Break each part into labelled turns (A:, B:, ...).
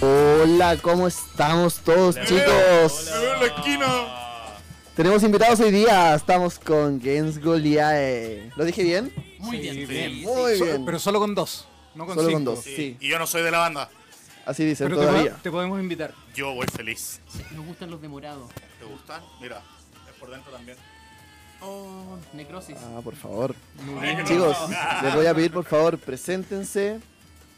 A: Hola, ¿cómo estamos todos,
B: Hola.
A: chicos?
B: Hola.
C: en la esquina.
A: Tenemos invitados hoy día. Estamos con Gens Goliae. ¿Lo dije bien?
D: Muy bien.
A: Muy bien.
E: Pero solo con dos, no con
A: Solo
E: cinco.
A: con dos, sí.
C: Y yo no soy de la banda.
A: Así dicen
E: Pero te,
A: todavía.
E: po- te podemos invitar.
C: Yo voy feliz.
D: Sí, Nos gustan los demorados.
C: ¿Te gustan? Mira, es por dentro también.
D: Necrosis.
A: Ah, por favor.
E: Muy
C: Ay,
E: bien.
C: que no.
A: Chicos, les voy a pedir, por favor, preséntense.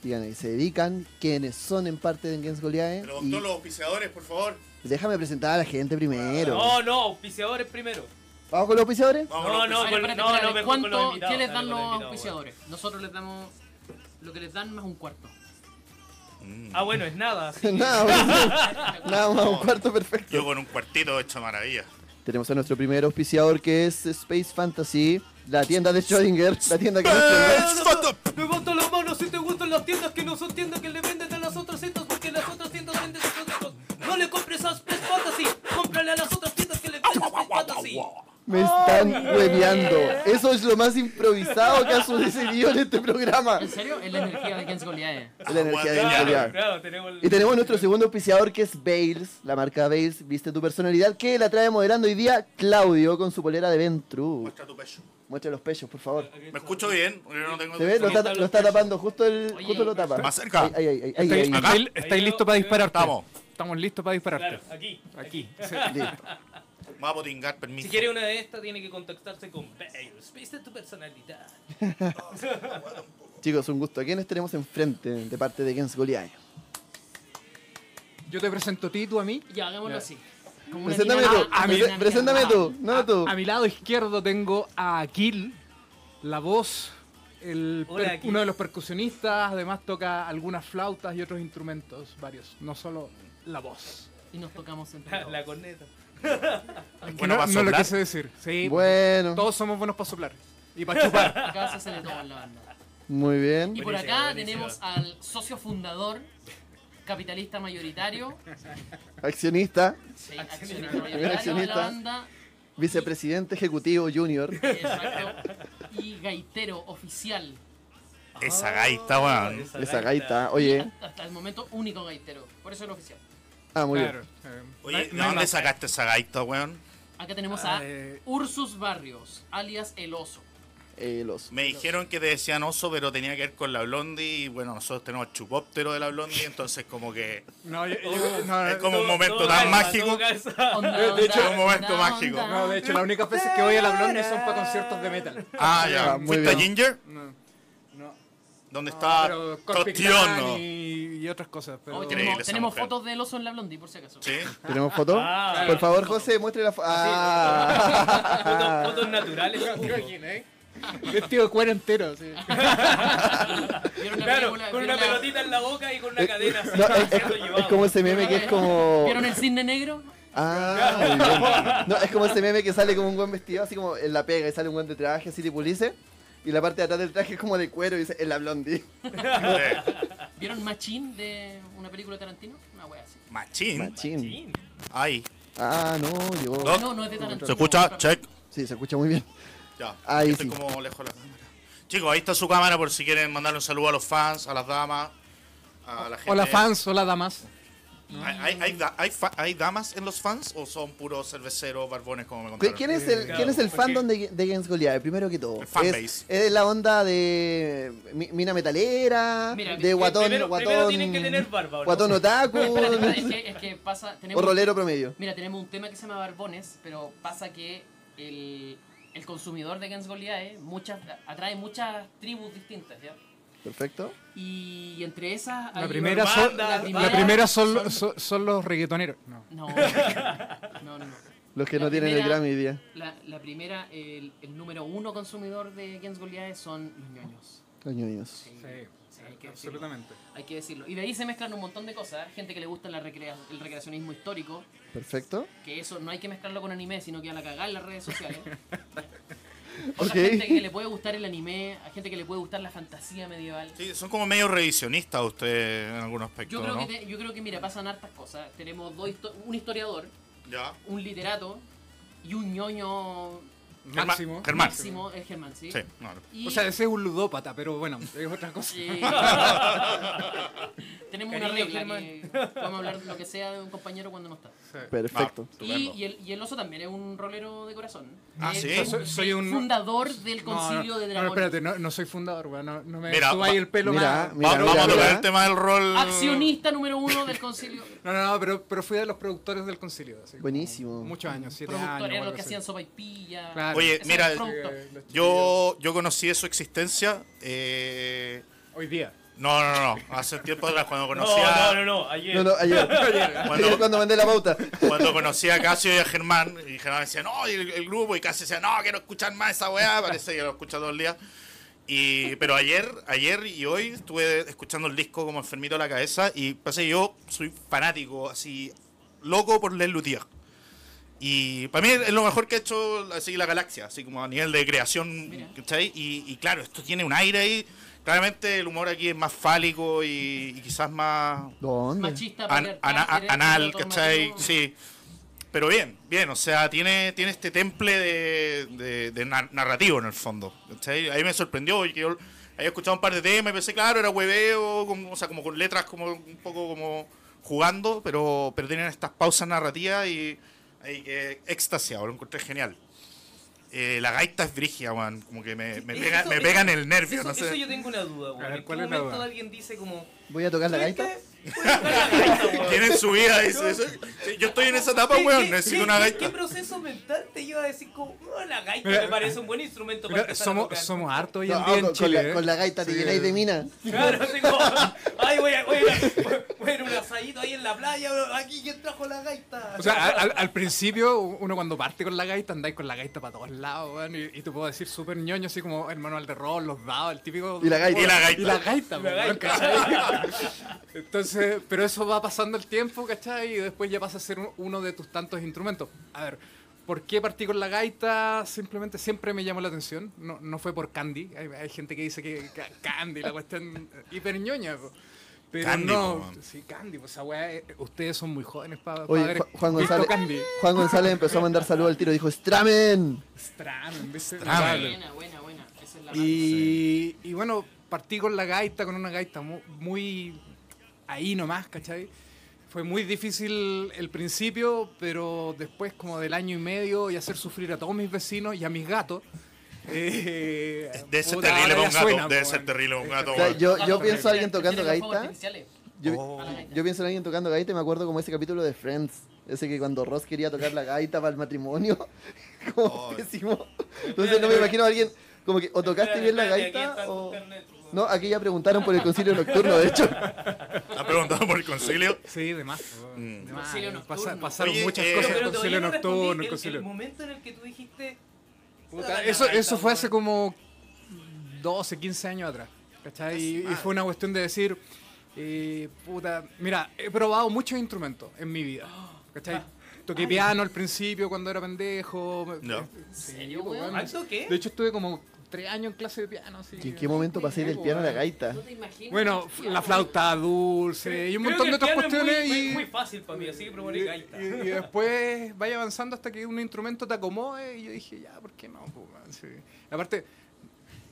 A: Digan, ¿y se dedican? ¿Quiénes son en parte de Gens Goliae?
C: Pero
A: Y
C: doctor, los auspiciadores, por favor.
A: déjame presentar a la gente primero.
B: No, no, auspiciadores primero.
A: ¿Vamos con los auspiciadores?
C: Vamos,
B: No,
C: los
B: no,
C: auspiciadores.
D: Espérate,
B: con- no,
D: espérate,
B: no,
D: espérate.
B: mejor con los
D: ¿Cuánto,
B: invitados,
D: ¿Qué les
B: dale,
D: dan
B: con los
D: los
B: invitados,
D: auspiciadores? Nosotros les damos lo que les dan más un cuarto.
C: Mm.
B: Ah, bueno, es nada. así que-
A: Nada, bueno. nada más, un cuarto perfecto.
C: Yo con un cuartito he hecho maravilla.
A: Tenemos a nuestro primer auspiciador que es Space Fantasy, la tienda de Schrödinger, la tienda que nos
B: Me gustan los monos si te gustan las tiendas que no son tiendas que le venden a las otras tiendas porque las otras tiendas venden sus productos. No le compres a Space Fantasy, cómprale a las otras tiendas que le venden a Space Fantasy.
A: Me están hueveando. Eso es lo más improvisado que ha sucedido en este programa.
D: ¿En serio? Es la energía de Gens Goliath.
A: Es la energía de
C: Claro,
A: Goliath.
B: Claro, tenemos el-
A: Y tenemos nuestro segundo auspiciador que es Bales, la marca Bales, viste tu personalidad, que la trae moderando hoy día Claudio con su polera de Ventru.
C: Muestra tu pecho.
A: Muestra los pechos, por favor.
C: Me escucho bien, porque yo no tengo.
A: ¿Se ve? Lo está, lo está tapando, justo, el,
D: Oye,
A: justo lo tapa.
C: más cerca.
A: Ahí, ahí, ahí, ahí,
E: ¿Estáis,
A: ahí.
C: Acá.
E: estáis- estáis listos para dispararte?
C: Estamos.
E: Estamos listos para dispararte.
B: Claro, aquí.
E: Aquí. Sí.
A: Listo.
C: Me va a potingar, permiso.
B: Si quiere una de estas, tiene que contactarse con Bales. Viste tu personalidad.
A: Chicos, un gusto. ¿A quiénes tenemos enfrente de parte de Gens Goliath?
E: Yo te presento a ti, tú a mí.
D: Ya, hagámoslo
E: Ya.
D: así. Como una
A: Preséntame
D: dinámica-
A: tú,
D: una
A: prese-
D: dinámica
A: preséntame
D: normal.
A: tú, no tú.
E: A mi lado izquierdo tengo a Gil, la voz, el
B: Hola,
E: per-
B: Gil.
E: uno de los percusionistas, además toca algunas flautas y otros instrumentos, varios, no solo la voz.
D: Y nos tocamos entre todos.
B: La corneta.
E: Es que
C: Bueno,
E: no,
C: para
E: no lo
C: soplar.
E: quise decir. Sí,
A: Bueno,
E: todos somos buenos para soplar y para chupar.
D: Acá se hace de todo en la banda.
A: muy
D: Y
A: bien.
D: por
B: Buenísimo,
D: acá
B: buenísimo.
D: tenemos al socio fundador, capitalista mayoritario,
A: Accionista,
D: sí,
B: Accionista.
D: accionista mayoritario de la
A: Accionista.
D: banda,
A: vicepresidente ejecutivo junior.
D: exacto, y gaitero oficial.
C: Esa
B: Ah,
C: gaita, weón.
A: Esa gaita, oye.
D: Hasta el momento único gaitero, por eso el oficial.
A: Ah, muy bien.
E: Claro, eh, no
C: Oye,
E: hay-
C: ¿de
E: no hay
C: dónde
E: más.
C: sacaste esa gaita, weón?
D: Acá tenemos
E: Ah,
D: a
E: eh.
D: Ursus Barrios, alias El Oso.
A: El oso.
C: Me dijeron que te decían oso, pero tenía que ver con la blondie. Y bueno, nosotros tenemos chupóptero de la blondie, entonces como que.
E: No, yo- yo- no,
C: Es
E: no,
C: como un momento
B: Todo
C: tan
B: calma,
C: mágico.
B: todo calma.
D: Onda,
E: De hecho,
D: onda,
C: un momento
D: onda,
C: mágico.
D: onda.
E: no, de hecho, las únicas veces que voy a la Blondie son para conciertos de metal.
C: Ah, ya.
A: Ah, muy
C: ¿Fuiste a
A: bien.
C: Ginger?
E: No, no.
C: ¿Dónde
E: Ah,
C: está
E: pero Corpic
C: Totiono?
E: Clan y, y otras cosas. Pero...
D: Oh,
C: Increíble
D: tenemos
C: esa
D: tenemos
C: mujer.
D: fotos del oso en la blondie, por si acaso.
C: Sí.
A: ¿Tenemos foto?
B: Ah.
A: Por favor, José, muestre la ah. foto.
B: Fotos, fotos naturales. justo.
E: Imagina, ¿eh? Vestido de cuero entero. Sí.
D: ¿Vieron la
B: Claro,
D: película?
B: con
D: ¿Vieron
B: una
D: la-
B: pelotita en la boca y con una cadena así.
A: Eh, No, es,
B: siendo
A: es-
B: llevado.
A: es como ese meme que es como.
D: ¿Vieron el cisne negro?
A: Ah, muy bien. No, es como ese meme que sale como un buen vestido, así como en la pega y sale un buen de traje, así tipo Ulises. Y la parte de atrás del traje es como de cuero y dice en la blondie.
C: Sí.
D: ¿Vieron Machín de una película de Tarantino? Una wea así.
C: Machín.
A: Machín.
B: Sí.
C: Ahí.
A: Ah, no, llegó.
C: Doc.
D: No, no es de Tarantino.
C: ¿Se escucha?
D: Otra-
C: Check.
A: Sí, se escucha muy bien.
C: Ya.
A: Ahí
C: Estoy
A: sí.
C: como lejos de la cámara. Chicos, ahí está su cámara por si quieren mandarle un saludo a los fans, a las damas, a la gente.
E: Hola fans, hola damas.
C: ¿Hay, hay- hay da- hay fa- hay damas en los fans o son puros cerveceros, barbones, como me
A: ¿Qui-
C: contaron?
A: ¿Quién es el,
B: Claro,
A: ¿quién es el
B: porque-
A: fandom de, de Games Goliath? Primero que todo.
C: El fanbase.
A: Es, es la onda de mi- Mina Metalera,
D: Mira,
A: de Eh, Guatón,
B: primero-
A: Guatón.
B: primero tienen que tener barba, ¿o no?
A: Guatón Otaku.
D: Espérate, espérate, es, que, es que pasa.
A: o
D: Tenemos,
A: rolero promedio.
D: Mira, tenemos un tema que se llama Barbones, pero pasa que el, el consumidor de Gens Goliae muchas, atrae muchas tribus distintas, ¿ya?
A: Perfecto.
D: Y entre esas.
E: La
D: hay
E: primera,
D: una-
E: son,
B: banda,
E: la
D: banda.
E: primera, son, son- son los reggaetoneros. No.
D: No, no, no. no.
A: Los que
D: La
A: no tienen el
D: primera-
A: Grammy hoy día.
D: La, la primera, el, el número uno consumidor de Gens Goliae son los ñoños.
A: Los ñoños.
D: Sí, sí, hay que decirlo.
E: absolutamente.
D: Hay que decirlo. Y de ahí se mezclan un montón de cosas. ¿eh? Gente que le gusta la recrea- el recreacionismo histórico,
A: Perfecto.
D: que eso no hay que mezclarlo con anime, sino que a la cagada en las redes sociales.
A: Ok.
D: Otra gente que le puede gustar el anime, a gente que le puede gustar la fantasía medieval.
C: Sí, son como medio revisionistas ustedes en algún aspecto,
D: Yo creo,
C: ¿no?
D: que te- yo creo que, mira, pasan hartas cosas. Tenemos dos histo- un historiador,
C: Ya.
D: un literato y un ñoño
C: Germán-
E: Máximo.
C: Germán.
D: máximo, es Germán, ¿sí?
C: Sí, no, no.
D: Y,
E: O sea, ese es un ludópata, pero bueno, es otra cosa.
D: eh, tenemos una
B: Cariño,
D: regla
B: Germán.
D: que vamos a hablar de lo que sea de un compañero cuando no está.
A: Perfecto.
C: Ah,
D: Y,
C: estupendo.
D: y el, y el oso también es un rolero de corazón.
C: Ah,
D: Es
C: ¿sí?
D: un-
E: Soy- soy un-
D: fundador del
E: No, no,
D: concilio de
E: no,
D: dragones.
E: espérate, no, no soy fundador, weón. No, no me
C: Mira,
E: suba ahí
C: va-
E: el pelo
A: mira,
E: más.
A: mira,
C: Va- vamos a tocar
A: mira.
C: el tema del rol.
D: Accionista número uno del concilio.
E: No, no, no, pero, pero fui de los productores del concilio. así como
A: Buenísimo.
E: Muchos años, siete años.
D: Productores,
E: algo
D: los que
E: así.
D: hacían sopa y pilla.
E: Claro.
C: Oye,
D: Ese
C: mira,
D: es el productor.
E: Eh, los chiquillos.
C: yo, yo conocí de su existencia. Eh,
E: Hoy día.
C: no, no, no. Hace tiempo atrás cuando
B: No,
C: conocía.
B: no, no, no, ayer.
A: No, no, ayer. Ayer cuando mandé la pauta.
C: Cuando conocí a Casio y a Germán, y Germán decía, no, y el, el grupo, y Casio decía, no, quiero escuchar más esa weá, parece que lo escucha todo el día. Y, pero ayer, ayer y hoy estuve escuchando el disco como enfermito a la cabeza, y pasa que yo soy fanático, así, loco por Les Luthier. Y para mí es lo mejor que ha hecho así, la galaxia, así como a nivel de creación,
D: Mira.
C: ¿cachai? Y, y claro, esto tiene un aire ahí. Claramente el humor aquí es más fálico y- y quizás más
A: ¿Dónde?
D: Machista,
C: An-
D: patriarcal,
C: ana- a-
D: heredero,
C: anal, ¿cachai?
D: heteronormativo.
C: Sí. Pero bien, bien, o sea, tiene, tiene este temple de, de- de na- narrativo en el fondo. ¿cachai? Ahí me sorprendió, y que yo había escuchado un par de temas y pensé, claro, era hueveo, como- o sea, como con letras como un poco como jugando, pero, pero tienen estas pausas narrativas y ahí que extasiado, lo encontré genial. Eh, la gaita es brigia, weón, como que me, me pega,
B: Eso-
C: me pega en el nervio,
B: Eso,
C: no sé.
B: eso yo tengo una duda, weón.
E: A ver,
B: ¿En qué
E: ¿cuál es la
B: momento
E: duda?
B: alguien dice como...
A: Voy a tocar la gaita.
C: Tienen su vida, dice eso. Yo estoy en esa etapa, pues, weón, necesito una
B: ¿Qué
C: gaita.
B: proceso mental te iba a decir como... "Oh, la gaita
E: Mira,
B: me parece un buen instrumento para
E: Mira,
B: empezar a
E: somos,
B: tocar"?
E: somos hartos hoy
A: No,
E: en
A: ah,
E: día en
A: con, con
E: Chile.
A: la,
E: ¿eh?
A: con la gaita te
E: Sí.
A: llenáis de mina.
B: Claro, así como... Ay, voy a... Voy a, voy a ir a un asadito ahí en la playa, bro. Aquí, ¿quién trajo la gaita?
E: O sea,
C: Ah,
E: al- al, al principio, uno cuando parte con la gaita, andáis con la gaita para todos lados, weón. Y, y te puedo decir súper ñoño, así como el manual de rol, los dados, el típico.
A: Y la gaita.
C: Y la gaita.
E: Y la gaita,
B: La
E: weón,
B: gaita.
E: ¿cachai? Entonces, pero eso va pasando el tiempo, ¿cachai? Y después ya pasa a ser un- uno de tus tantos instrumentos. A ver, ¿por qué partí con la gaita? Simplemente siempre me llamó la atención. No, no fue por Candy. Hay, hay gente que dice que, ca- Candy, la cuestión hiper ñoña, po. Pero
C: Candy, po,
E: no,
C: man.
E: sí, Candy, pues esa weá, eh, ustedes son muy jóvenes para
A: Oye, Ju- Juan González,
E: Candy.
A: Juan González empezó a mandar saludos al tiro. Dijo, ¡Stramen!
E: Stramen, ¿viste?
C: Stramen.
E: Vale.
D: Buena, buena, buena. Esa es la
E: Y, y bueno, partí con la gaita, con una gaita mu- muy, ahí nomás, ¿cachai? Fue muy difícil el principio, pero después como del año y medio y hacer sufrir a todos mis vecinos y a mis gatos. eh,
C: Debe ser
E: puta,
C: terrible para
E: ahora ya
C: un gato,
E: suena, Este
C: debe
E: po,
C: ser
E: weón.
C: terrible para un gato,
A: O sea,
C: weón.
A: yo,
D: marca.
A: yo pienso a alguien
D: Tiene
A: tocando
D: los fuegos
A: gaita.
D: artificiales.
A: Yo,
C: Oh.
D: A la gaita.
A: yo pienso en alguien tocando gaita y me acuerdo como ese capítulo de Friends. Ese que cuando Ross quería tocar la gaita para el matrimonio. Como
C: Oh.
A: pésimo. Entonces no me imagino a alguien como que o tocaste bien la
B: Espérate, espérate,
A: gaita
B: aquí está
A: o...
B: tu carnet, weón.
A: No, aquí ya preguntaron por el concilio nocturno, de hecho.
C: Ha preguntado por el concilio.
E: Sí, de más. po,
C: Mm.
E: de más.
D: Concilio
E: Pasa-
D: nocturno.
E: pasaron
C: Oye,
E: muchas
C: eh,
E: cosas.
B: Pero
E: el concilio
B: todavía no
E: nocturno,
B: respondí
E: el
B: el- el,
E: concilio-
B: momento en el que tú dijiste...
E: Puta, eso, eso fue hace como 12, 15 años atrás. ¿Cachai? Y, y fue una cuestión de decir, eh, puta, mira, he probado muchos instrumentos en mi vida. ¿Cachai? Toqué piano al principio cuando era pendejo. me-
C: No.
E: Sí,
D: serio,
E: pues,
D: weón?
E: weón.
B: ¿Alto qué?
E: De hecho, estuve como tres años en clase de piano. Así,
A: ¿En qué momento pasé del piano a la gaita?
D: No te imaginas.
E: Bueno, f- la flauta dulce y un
B: Creo
E: montón
B: que
E: de
B: el
E: otras
B: piano es muy-
E: cuestiones.
B: muy,
E: y...
B: muy fácil para mí, así que propone gaita.
E: Y, y después vaya avanzando hasta que un instrumento te acomode. Y yo dije, ya, ¿por qué no? po, man? Sí. Aparte,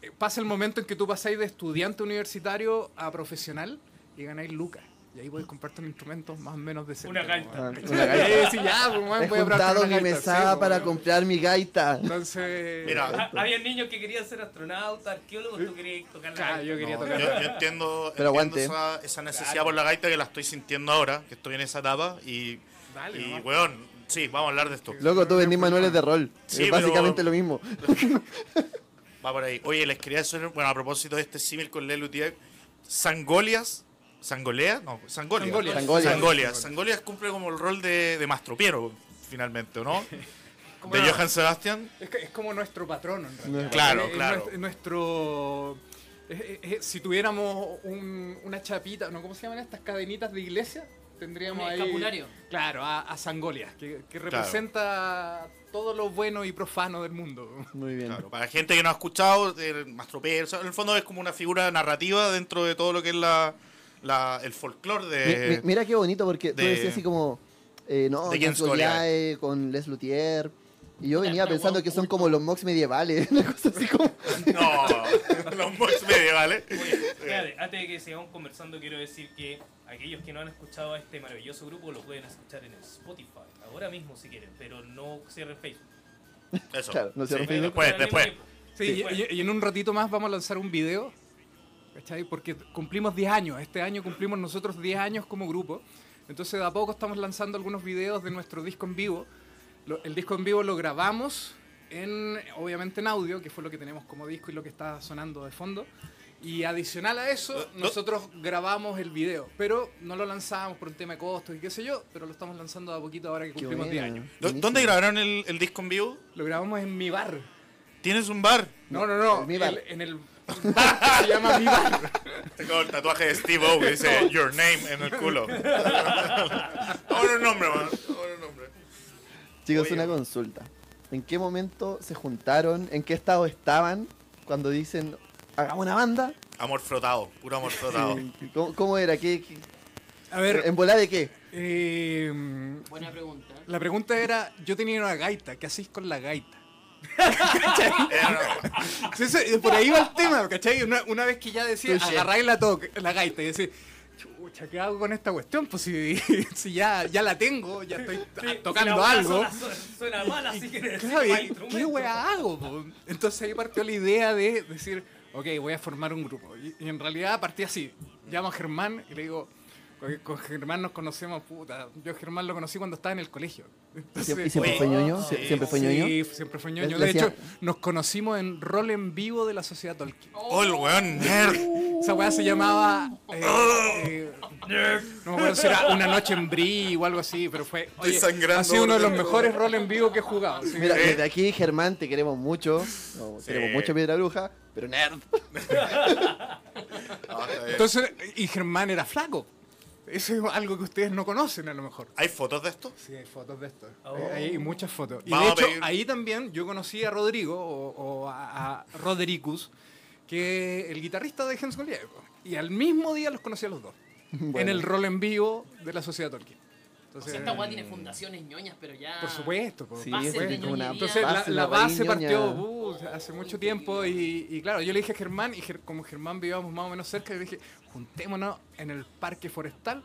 E: eh, pasa el momento en que tú pasáis de estudiante universitario a profesional y ganáis lucas. Y ahí podéis comprarte un instrumento más o menos decente.
B: Una
E: po,
B: gaita.
E: man.
A: Ah, Una gaita.
E: Y ahí decís, ya, po, man,
A: He
E: voy a comprarme
A: juntado
E: una
A: mi
E: gaita, sí,
A: mesada
E: po,
A: para
E: man.
A: comprar mi gaita.
E: Entonces,
C: Mira,
B: Ha- Había niños que querían ser astronautas, arqueólogos, tú querías tocar la
E: claro,
B: gaita.
E: Ah, yo quería
C: No,
E: tocar.
C: yo, yo entiendo, entiendo
A: Pero aguante.
C: esa, esa necesidad por la gaita que la estoy sintiendo ahora, que estoy en esa etapa y,
E: Dale,
C: y
E: nomás.
C: weón, sí, vamos a hablar de esto.
A: Loco, tú vendí manuales de rol.
C: Sí,
A: es básicamente
C: pero-
A: lo mismo.
C: Va por ahí. Oye, les quería hacer, bueno, a propósito de este símil con Lelutier, Sangolias, ¿Sangolea? No, Sangolias.
E: Sangolias.
A: Sangolias.
C: Sangolias. Sangolias cumple como el rol de, de Mastropiero, finalmente, ¿o no?
E: Como
C: De
E: una-
C: Johann Sebastian.
E: Es, que- es como nuestro patrono, en realidad.
C: Claro,
E: Es- es
C: claro.
E: nues- Es nuestro. es- es- es- si tuviéramos un- una chapita, ¿no? ¿Cómo se llaman estas cadenitas de iglesia? Tendríamos
D: Un
E: ahí.
D: escapulario.
E: Claro, a, a Sangolias, que, que representa todo lo bueno y profano del mundo.
A: Muy bien.
C: Claro, para la gente que no ha escuchado, el Mastropiero, o sea, en el fondo es como una figura narrativa dentro de todo lo que es la, la- el folclore
A: Mi- mi-
C: de...
A: mira qué bonito porque tú
C: Eh, de-
A: decías así como eh, no
C: de
A: con
C: Jens Goliath.
A: Goliath, con Les Luthier y yo
D: Puta,
A: venía
D: esta
A: pensando
D: weón
A: que son
D: culto.
A: como los mocks medievales una cosa así como
C: No, los mods medievales.
B: Oye, espérate, antes de que sigamos conversando, quiero decir que aquellos que no han escuchado a este maravilloso grupo lo pueden escuchar en el Spotify, ahora mismo si quieren, pero no cierren Facebook.
C: Eso.
A: Claro, no cierro
C: Sí,
A: Facebook.
C: Después,
B: Al mismo
C: después.
B: tiempo.
E: Sí, y-
B: Después.
E: y, y en un ratito más vamos a lanzar un video, ¿cachai? Porque cumplimos 10 años, este año cumplimos nosotros 10 años como grupo, entonces de a poco estamos lanzando algunos videos de nuestro disco en vivo. Lo- el disco en vivo lo grabamos en, obviamente en audio, que fue lo que tenemos como disco y lo que está sonando de fondo. Y adicional a eso,
C: no.
E: nosotros grabamos el video, pero no lo lanzábamos por un tema de costos y qué sé yo, pero lo estamos lanzando de a poquito ahora que
A: Qué
E: cumplimos 10
A: buena.
E: años.
C: ¿Dó-
A: Buenísimo.
C: ¿Dónde grabaron el, el disco en vivo?
E: Lo grabamos en mi bar.
C: ¿Tienes un bar?
E: No, no,
A: en
E: no,
A: mi bar.
E: el- en el bar que se llama mi bar.
C: Tengo el tatuaje de Steve O que dice Your Name en el culo. Ahora un nombre, man. Ahora un nombre.
A: chicos
C: Oye.
A: una consulta en qué momento se juntaron en qué estado estaban cuando dicen hagamos una banda
C: Amor frotado, puro amor frotado.
A: ¿Cómo, cómo era qué, qué-
E: A ver,
A: Em. en bola de qué
E: Eh,
D: Buena pregunta.
E: la pregunta era, yo tenía una gaita, ¿qué hacéis con la gaita?
C: Era-
E: Sí, sí, por ahí va el tema, ¿cachai? Una, una vez que ya decís,
A: Touché.
E: agarráis la, to- la gaita y decís, chucha, ¿qué hago con esta cuestión? Pues si, si ya, ya la tengo, ya estoy ta-
B: Sí,
E: Ah, tocando
B: la weá
E: algo.
B: Suena, suena- suena mal, así que necesito más
E: Claro, ¿y ¿qué
B: instrumentos.
E: weá hago? po? Entonces ahí partió la idea de decir, ok, voy a formar un grupo. Y, y en realidad partí así. Llamo a Germán y le digo, con, con Germán nos conocemos, puta. Yo a Germán lo conocí cuando estaba en el colegio.
A: ¿Siempre,
E: Entonces,
A: y siempre
C: Oye,
A: fue ñoño?
C: sí.
A: ¿Sie- ¿Siempre fue ñoño?
E: Sí, siempre fue ñoño.
A: Le-
E: De
A: le
E: hecho,
A: hacía-
E: nos conocimos en rol en vivo de la sociedad Tolkien.
C: Oh, el weón nerd.
E: Esa weá se llamaba. eh, eh, no me acuerdo si era Una Noche en Brie o algo así, pero fue.
C: Estoy
E: oye,
C: sangrando
E: ha sido uno de los
C: por dentro.
E: mejores roles en vivo que he jugado. así que-
A: Mira,
C: Sí.
A: desde aquí, Germán, te queremos mucho. No,
C: Eh. Sí.
A: Queremos mucho Piedra Bruja, pero nerd.
C: Ah, está bien.
E: Entonces, y Germán era flaco. Eso es algo que ustedes no conocen a lo mejor.
C: ¿Hay fotos de esto?
E: Sí, hay fotos de esto.
B: Oh.
E: Hay, hay muchas fotos. Y
C: Vamos
E: de
C: a
E: hecho,
C: pedir-
E: ahí también yo conocí a Rodrigo o, o a, a Rodericus, que es el guitarrista de Hans Goliath. Y al mismo día los conocí a los dos. En
A: Bueno.
E: el rol en vivo de la Sociedad Tolkien.
D: O
E: Entonces,
D: sea, esta weá tiene fundaciones ñoñas, pero ya.
E: Por supuesto, por
A: Sí,
D: Bases
E: supuesto.
D: de
A: es como una
D: ñoñería.
E: Entonces la,
A: base, una
E: la base
A: raíz ñoña.
E: partió uh, hace mucho tiempo y, y claro, yo le dije a Germán, y Ger- como Germán vivíamos más o menos cerca, le dije, juntémonos en el parque forestal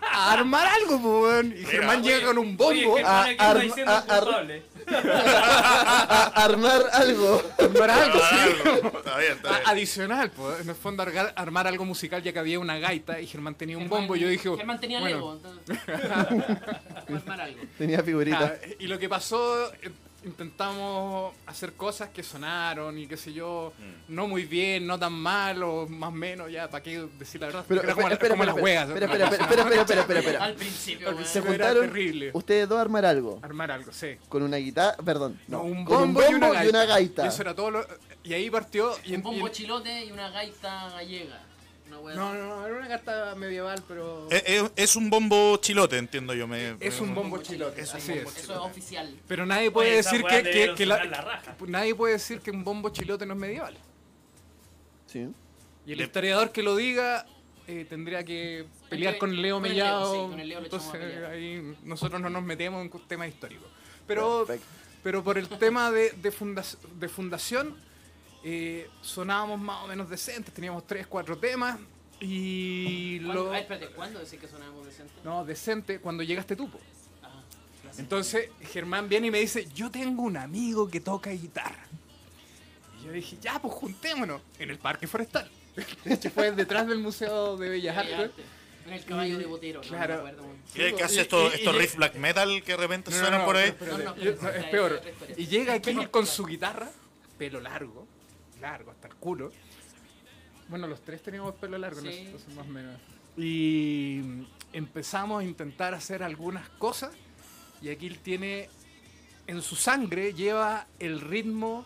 E: a armar algo, po, weón. Y Germán
C: oye,
E: llega con un
B: Oye,
E: bombo a
B: Germán, aquí está
A: arma-
B: diciendo
A: a-
B: el culpable.
A: A armar algo.
E: armar algo, sí.
C: Ah, está bien, está
E: A-
C: bien.
E: adicional, po, en el fondo argar- armar algo musical ya que había una gaita y Germán tenía un
D: Germán-
E: bombo y yo dije...
D: Germán tenía
E: bueno,
D: Lego, entonces. Fue armar algo.
A: Tenía figuritas.
E: Claro, eh, y lo que pasó, eh, intentamos hacer cosas que sonaron y qué sé yo, no muy bien, no tan mal o más menos, ya, ¿para qué decir la verdad?
A: Pero,
E: era como, la-
A: espera,
E: como
A: espera, espera,
E: las weas.
A: espera, espera, espera, espera, espera, espera, espera.
D: Al principio, weón.
A: Se
E: Era
A: juntaron
E: terrible.
A: ustedes dos a armar algo.
E: Armar algo, sí.
A: Con una guitarra, perdón, no,
E: un
A: con
E: bombo,
A: un bombo
E: y, una gaita.
A: gaita.
E: Y eso era todo lo- y ahí partió. Y
D: Un
E: en- y en-
D: bombo chilote y una gaita gallega. Una weá.
E: no, no, no, era una carta medieval, pero.
C: Eh, eh, es un bombo chilote, entiendo yo. me-
E: es un bombo chilote,
C: Es un
E: así
C: bombo
E: es.
D: Eso es oficial.
E: Pero nadie puede
B: Oye, esa
E: decir
B: weá
E: que,
B: debieron
E: que- que la-
B: sonar la raja.
E: nadie puede decir que un bombo chilote no es medieval.
A: Sí.
E: Y el
C: Le-
E: historiador que lo diga eh, tendría que pelear
D: que-
E: con Leo
D: con el Leo,
E: Mellado.
D: sí, con el Leo lo echamos a
E: entonces
D: pelear.
E: ahí nosotros no nos metemos en temas históricos. Pero,
A: Perfecto.
E: pero por el tema de, de, funda- de fundación, eh, sonábamos más o menos decentes, teníamos tres, cuatro temas. Y
D: ¿Cuándo-
E: lo.
D: Ay, espérate, ¿cuándo decís que sonábamos decente?
E: No, decente, cuando llegaste tú. po.
D: Ah, gracias.
E: Entonces Germán viene y me dice, yo tengo un amigo que toca guitarra. Y yo dije, ya, pues juntémonos en el Parque Forestal. que fue detrás del Museo de Bellas
D: Bellas
E: Artes.
D: Artes. En el caballo de botero, no,
E: Claro.
D: me acuerdo. weón.
C: ¿Qué, qué
E: Y-
C: hace estos
E: y- y-
C: estos riffs black metal que de repente suenan por ahí?
E: pero
D: No, no,
E: espérate.
D: pero-
E: Yo- es peor.
D: pero-
E: Y llega aquí con su guitarra, pelo largo, largo hasta el culo. Bueno, los tres teníamos pelo largo, ¿no?
D: Sí.
E: Entonces, más o menos. Y mm, empezamos a intentar hacer algunas cosas. Y aquí él tiene, en su sangre, lleva el ritmo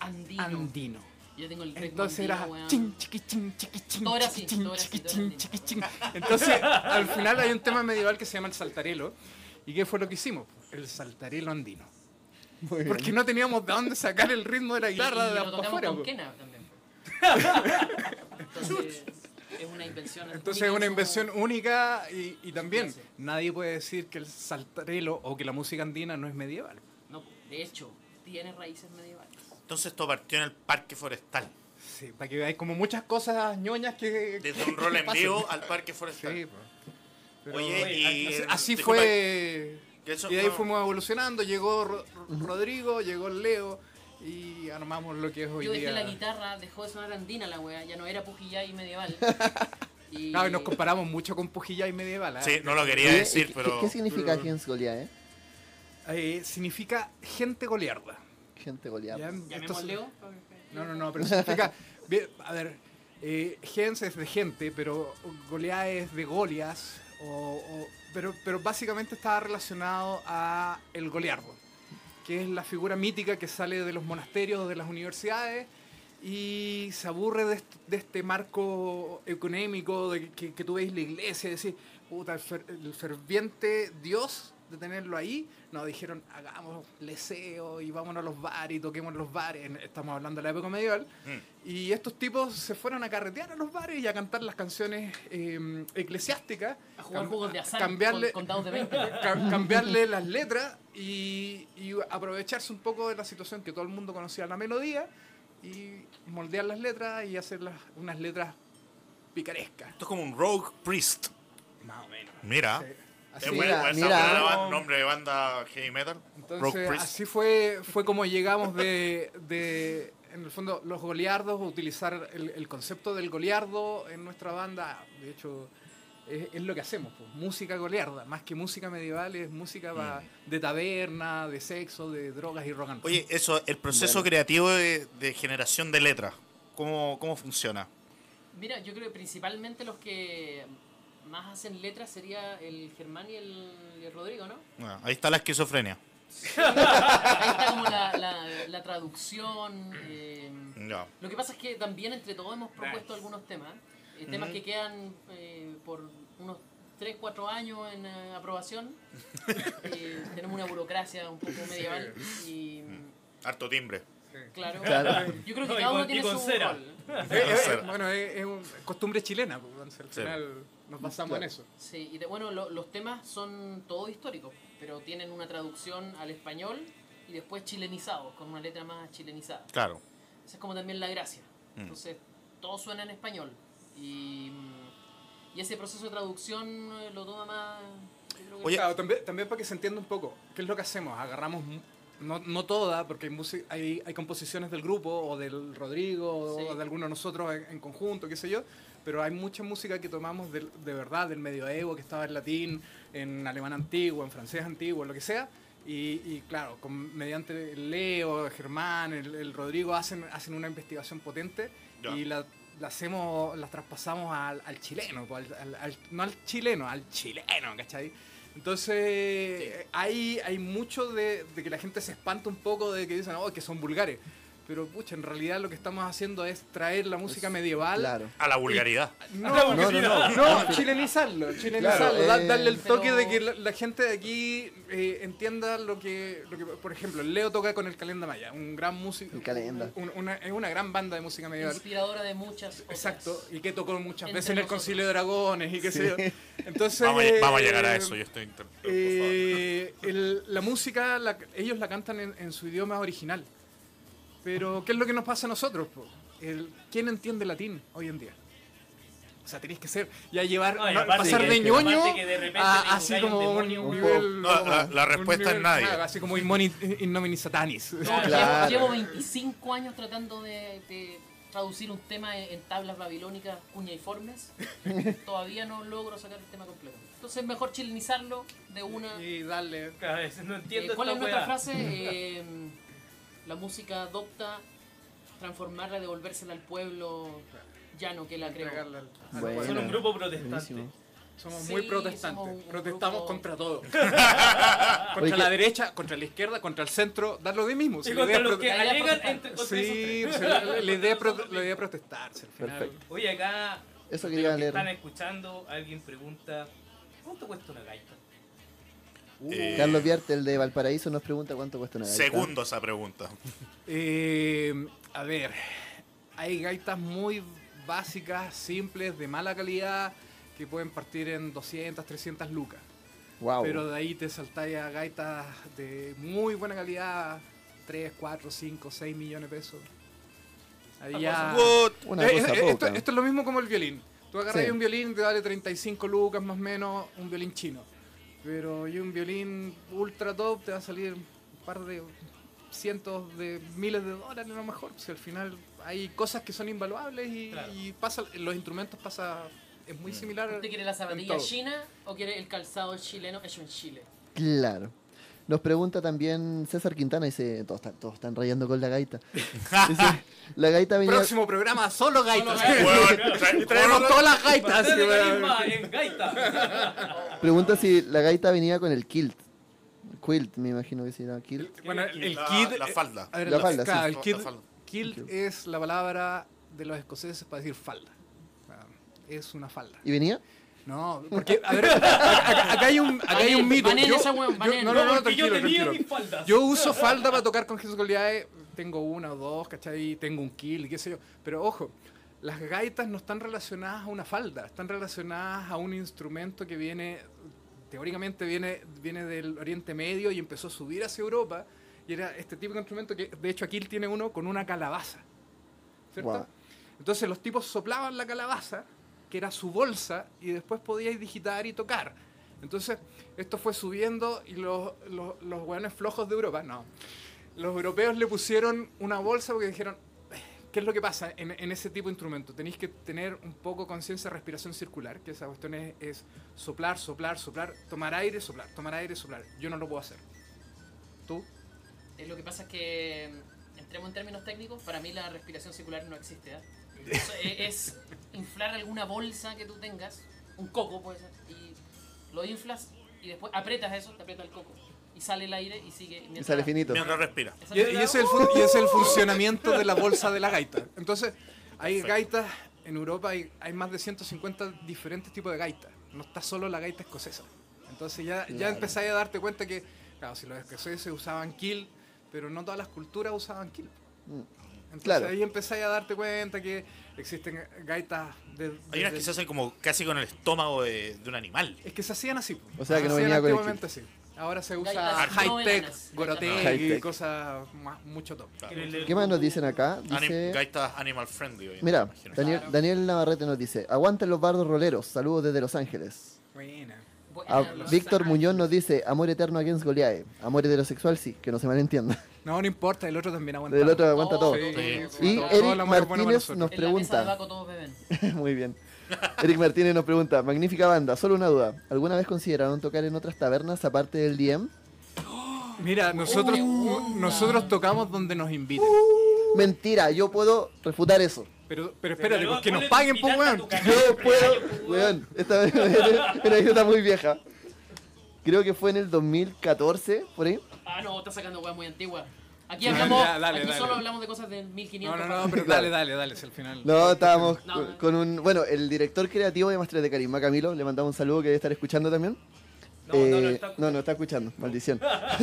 D: Andino.
E: andino.
D: Yo tengo el ritmo
E: Entonces
D: andino,
E: era
D: weón.
E: chin, chiqui, chin, chiqui, chin,
D: Todo era
E: chiqui,
D: así,
E: chin,
D: todo era
E: chiqui,
D: así, todo
E: chin,
D: era
E: chiqui, chin. Entonces, al final hay un tema medieval que se llama el saltarelo. ¿Y qué fue lo que hicimos? El saltarelo andino.
A: Muy bien.
E: Porque no teníamos de dónde sacar el ritmo de la
D: Y-
E: guitarra
D: y
E: de
D: lo
E: para
D: tocamos
E: afuera.
D: con
E: po.
D: quena también. Entonces, es una invención.
E: Entonces
D: única
E: es una
D: en su-
E: inversión única y, y también
D: Gracias.
E: nadie puede decir que el saltarelo o que la música andina no es medieval.
D: No, de hecho, tiene raíces medievales.
C: Entonces esto partió en el parque forestal.
E: Sí, para que veáis como muchas cosas ñoñas que...
C: Desde un rol en
E: pasan.
C: vivo al parque forestal.
E: Sí, po. Pero-
C: Oye, y...
E: Así, así
C: disculpa,
E: fue.
C: que eso
E: y de ahí
C: no-
E: fuimos evolucionando. Llegó Ro- Rodrigo, llegó Leo y armamos lo que es hoy
D: Yo dejé
E: día.
D: la guitarra, dejó de sonar andina la wea, ya no era pujillay medieval. Y
E: Claro, y nos comparamos mucho con Pujilla y Medieval. ¿eh?
C: Sí, no lo
A: Oye,
C: quería
A: ¿y
C: decir,
A: qué-
C: pero...
A: ¿Qué significa Gens Goliath, eh?
E: Eh, significa gente golearda.
A: Gente Goliath.
E: ¿ya? Estos-
D: Llamémosle Leo.
E: No, no, no, pero significa. bien, a ver, eh, gens es de gente, pero Goliath es de Golias. O, o- pero, pero básicamente está relacionado a el goleardo, que es la figura mítica que sale de los monasterios, de las universidades y se aburre de, est- de este marco económico de que, que tú veis la iglesia, decir, puta, el, fer- el ferviente Dios de tenerlo ahí, nos dijeron, hagamos leseo y vámonos a los bares y toquemos en los bares. En- Estamos hablando de la época medieval. Y estos tipos se fueron a carretear a los bares y a cantar las canciones eh, eclesiásticas.
D: A jugar
E: Cam-
D: juegos de azar
E: Cambiarle,
D: con, con dados de 20.
E: Ca- cambiarle las letras y, y aprovecharse un poco de la situación que todo el mundo conocía la melodía y moldear las letras y hacer las- unas letras picarescas.
C: Esto es como un Rogue Priest.
E: Más o menos.
C: Mira.
E: Así,
C: es bueno, pues, esa
A: Mira, mira.
C: buena banda- nombre de banda heavy metal. Rogue
E: entonces,
C: Priest.
E: así fue, fue como llegamos de, de, en el fondo, los goliardos, utilizar el, el concepto del goliardo en nuestra banda. De hecho, es, es lo que hacemos, pues, música goliarda, más que música medieval, es música pa- de taberna, de sexo, de drogas y rock and roll.
C: Oye, eso, el proceso creativo de, de generación de letras, ¿cómo, cómo funciona?
D: Mira, yo creo que principalmente los que más hacen letras sería el Germán y el, y el Rodrigo, ¿no?
C: Ah, ahí está la esquizofrenia.
D: Ahí está como la, la- la traducción. eh,
C: Ya.
D: Lo que pasa es que también entre todos hemos
B: Nice.
D: propuesto algunos temas, eh, temas
C: Ujú.
D: que quedan eh, por unos 3, 4 años en eh, aprobación. Eh, tenemos una burocracia un poco medieval y
C: Harto timbre.
D: claro,
A: Claro.
D: yo creo que
B: Mm. No, y
D: cada uno
B: con- y
D: tiene
B: con
D: su
B: cera.
D: rol.
E: Eh, eh,
C: Cero.
E: bueno, es, es un- costumbre chilena, pues, entonces, al
C: Sí.
E: final nos basamos en eso.
D: Sí, y de- bueno, lo- los temas son todos históricos, pero tienen una traducción al español y después chilenizados, con una letra más chilenizada.
C: Claro.
D: Esa es como también la gracia.
C: Mm.
D: Entonces, todo suena en español. Y, mm, y ese proceso de traducción eh, lo toma más. yo creo que-
C: Oye,
E: Claro, también, también para que se entienda un poco, ¿qué es lo que hacemos? Agarramos, mu- no, no toda, porque hay, musi- hay, hay composiciones del grupo, o del Rodrigo,
D: Sí.
E: o de alguno de nosotros en, en conjunto, qué sé yo, pero hay mucha música que tomamos del- de verdad, del medioevo, que estaba en latín, en alemán antiguo, en francés antiguo, lo que sea. Y, y claro, con, mediante Leo, Germán, el, el Rodrigo hacen, hacen una investigación potente
C: Ya.
E: y la, la hacemos, la traspasamos al, al chileno, pues, al- al- al- no al chileno, al chileno, ¿cachai? Entonces, hay, hay mucho de, de que la gente se espanta un poco de que dicen, oh, que son vulgares. Pero, pucha, en realidad lo que estamos haciendo es traer la música medieval.
A: Claro.
C: A la vulgaridad.
E: No,
B: La
E: no, no,
B: vulgaridad.
E: no, chilenizarlo, chilenizarlo,
A: Claro,
E: da-
A: eh,
E: darle el toque
D: pero-
E: de que la, la gente de aquí eh, entienda lo que, lo que, por ejemplo, Leo toca con el Calenda Maya, un gran músico,
A: El Calenda.
E: un- una- es una gran banda de música medieval.
D: inspiradora de muchas otras.
E: Exacto, y que tocó muchas
D: Entre
E: veces en el
D: nosotros.
E: Concilio de Dragones y qué sé yo. Entonces,
C: Vamos, a, vamos a llegar a
E: eh,
C: eso, yo estoy inter- por favor.
E: eh, el- la música, la- ellos la cantan en, en su idioma original. Pero, ¿qué es lo que nos pasa a nosotros? po? El, ¿Quién entiende latín hoy en día? O sea, tenéis que ser, ya llevar,
B: No, y
E: no,
B: aparte
E: pasar
A: que-
E: de
A: que-
E: ñoño
B: aparte que de repente te
E: a así
B: invoca
E: como
B: un
E: un
B: demonio,
A: un
E: nivel...
C: No,
E: como-
C: la- la
E: un
C: respuesta es
E: nivel-
C: nadie.
E: claro, así como in moni- in nomine satanis.
D: No, llevo-
A: Claro.
D: Llevo, 25 años tratando de, de traducir un tema en, en tablas babilónicas cuñaiformes. Todavía no logro sacar el tema completo. Entonces, mejor chilenizarlo de una.
E: Y darle...
B: Cada vez, no entiendo
D: Eh, ¿Cuál
B: esta
D: es nuestra
B: weá.
D: frase? Eh, la música adopta transformarla, devolvérsela al pueblo llano que la creó.
E: entregarle al- al-
A: Bueno.
B: Son un grupo protestante.
A: Buenísimo.
E: Somos
D: Sí,
E: muy protestantes.
D: somos un
E: Protestamos
D: grupo-
E: contra todo.
A: Oye,
E: contra
A: que-
E: la derecha, contra la izquierda, contra el centro. Da lo de mismo. si
B: Y
E: la
B: contra
E: idea es
B: los
E: pro-
B: que
D: la idea es
B: alegan
D: protestar.
B: entre contra
E: Sí,
B: esos
E: pues,
B: tres.
E: la, la- la idea es pro- la idea es protestarse al final.
A: Perfecto.
B: Oye, acá
A: Eso
B: de
A: quería
B: los que
A: leer.
B: están escuchando, alguien pregunta, ¿cuánto cuesta una gaita?
E: Ah,
C: Eh,
A: Carlos Viarte, el de Valparaíso, nos pregunta cuánto cuesta una gaita.
C: Segundo esa pregunta.
E: Eh, a ver, hay gaitas muy básicas, simples, de mala calidad, que pueden partir en 200, 300 lucas.
A: Wow.
E: Pero de ahí te saltáis a gaitas de muy buena calidad, 3, 4, 5, 6 millones de pesos.
B: Ah,
E: Ahí ya...
C: What?
A: Una
E: Eh,
A: cosa
E: eh, esto,
A: poca.
E: esto es lo mismo como el violín. Tú agarras
A: Sí.
E: un violín, te vale 35 lucas más o menos, un violín chino. Pero y un violín ultra top te va a salir un par de cientos de miles de dólares a lo mejor. Si al final hay cosas que son invaluables y,
B: Claro.
E: y pasa, los instrumentos pasa es muy similar.
D: ¿Usted quiere la zapatilla
E: en todo.
D: china o quiere el calzado chileno hecho en Chile?
A: Claro. Nos pregunta también César Quintana, dice, todos están, todos están rayando con la gaita. Dice, la gaita venía...
E: Próximo programa, solo gaitas.
D: gaitas.
C: Weón, tra-
E: Y traemos todas las gaitas.
B: Bastante
E: sí, weón.
B: carisma en gaita.
A: Pregunta si la gaita venía con el kilt. Quilt, me imagino que se llama kilt.
E: Bueno, el
C: La-
E: kid.
C: la falda.
E: a ver,
A: La
E: la-
A: falda,
E: claro,
A: sí.
E: el kid-
C: La falda.
E: kilt
A: Kilt.
E: es la palabra de los escoceses para decir falda. Ah, Es una falda.
A: ¿Y venía?
E: No, porque, a ver, acá, acá- acá hay un, acá hay un
D: Banen,
E: mito.
D: banen
E: Yo,
D: esa weón,
E: yo-
D: banen.
E: no, no, no,
B: porque yo
E: tranquilo,
B: tenía
E: tranquilo.
B: mis faldas.
E: Yo uso falda para tocar con Jesús Goliath. Tengo una o dos, ¿cachai? Tengo un kill, qué sé yo. Pero ojo, las gaitas no están relacionadas a una falda, están relacionadas a un instrumento que viene, teóricamente viene, viene del Oriente Medio y empezó a subir hacia Europa. Y era este típico instrumento que, de hecho, aquí tiene uno con una calabaza. ¿Cierto?
A: Guau.
E: Entonces los tipos soplaban la calabaza, que era su bolsa, y después podíais digitar y tocar. Entonces, esto fue subiendo y los, los, los hueones flojos de Europa, no. Los europeos le pusieron una bolsa porque dijeron, ¿qué es lo que pasa en, en ese tipo de instrumento? Tenéis que tener un poco conciencia de respiración circular, que esa cuestión es, es soplar, soplar, soplar, tomar aire, soplar, tomar aire, soplar. Yo no lo puedo hacer. ¿Tú?
D: Eh, lo que pasa es que, mm, entremos en términos técnicos, para mí la respiración circular no existe. ¿ah? Eso e- es, inflar alguna bolsa que tú tengas, un coco puede ser, y lo inflas y después aprietas eso, te aprieta el coco. Y sale el aire y sigue.
A: Y
D: mientras-
A: sale finito.
C: Mientras respira.
D: Esa
E: Y, y
D: es la-
E: ese es el fun- y ese es el funcionamiento de la bolsa de la gaita. Entonces, hay gaitas en Europa, hay, hay más de 150 diferentes tipos de gaitas. No está solo la gaita escocesa. Entonces ya, ya
A: Claro.
E: empezáis a darte cuenta que, claro, si los escoceses usaban kill, pero no todas las culturas usaban kill.
A: Mm.
E: Entonces
A: Claro.
E: ahí empezáis a darte cuenta que existen gaitas de...
C: Hay unas que se
E: desde-
C: hacen como casi con el estómago de, de un animal.
E: Es que se hacían así. po.
A: O sea, que
E: Se
A: no
E: hacían
A: venía con el
E: antiguamente así. Ahora se usa
D: Gaitas no
E: high-tech,
D: enanas.
E: gorotei y
A: High-tech.
E: cosas más, mucho top.
C: Claro.
A: ¿Qué más nos dicen acá?
E: Ah,
C: Anim-
A: Dice,
C: Gaitas animal friendly. hoy en
A: mira,
C: día, imagino.
A: Daniel, Daniel Navarrete nos dice, aguanten los bardos roleros, saludos desde Los Ángeles.
E: Buena.
D: Buena,
A: A-
D: los-
A: Víctor
D: ah,
A: Muñoz nos dice, amor eterno against Goliath, amor heterosexual sí, que no se malentienda.
E: No, no importa, el otro también aguanta.
A: Del otro aguanta
D: Oh,
A: todo.
D: sí.
A: Y
E: Todo
A: Eric
E: el amor es bueno para
A: Martínez nos
E: nosotros.
D: En la mesa de
A: pregunta,
D: Baco todos beben.
A: muy bien. Eric Martínez nos pregunta, magnífica banda, solo una duda, ¿alguna vez consideraron tocar en otras tabernas aparte del DM?
E: Mira, nosotros, nosotros tocamos donde nos inviten.
A: Uh. Mentira, yo puedo refutar eso.
E: Pero, pero espérate,
B: Pero
E: pues que nos
B: ponle
E: paguen, pues,
B: pirata a
E: weón.
B: tu canal,
A: Yo
B: pues,
A: puedo.
B: weón.
A: Weón, esta es una anécdota muy vieja. Creo que fue en el 2014, por ahí.
D: Ah, no, está sacando weá muy antigua. Aquí
E: Ya,
D: hablamos,
E: ya, dale,
D: aquí
E: dale.
D: solo hablamos de cosas de 1500.
E: No, no, no, pero dale, dale, dale, si al final.
A: No, estábamos
D: No,
A: con-
D: no.
A: con un. Bueno, el director creativo de Maestros de Carisma, Camilo, le mandamos un saludo que debe estar escuchando también.
B: No, no, no
A: Eh,
B: está-
A: no, no está escuchando, maldición.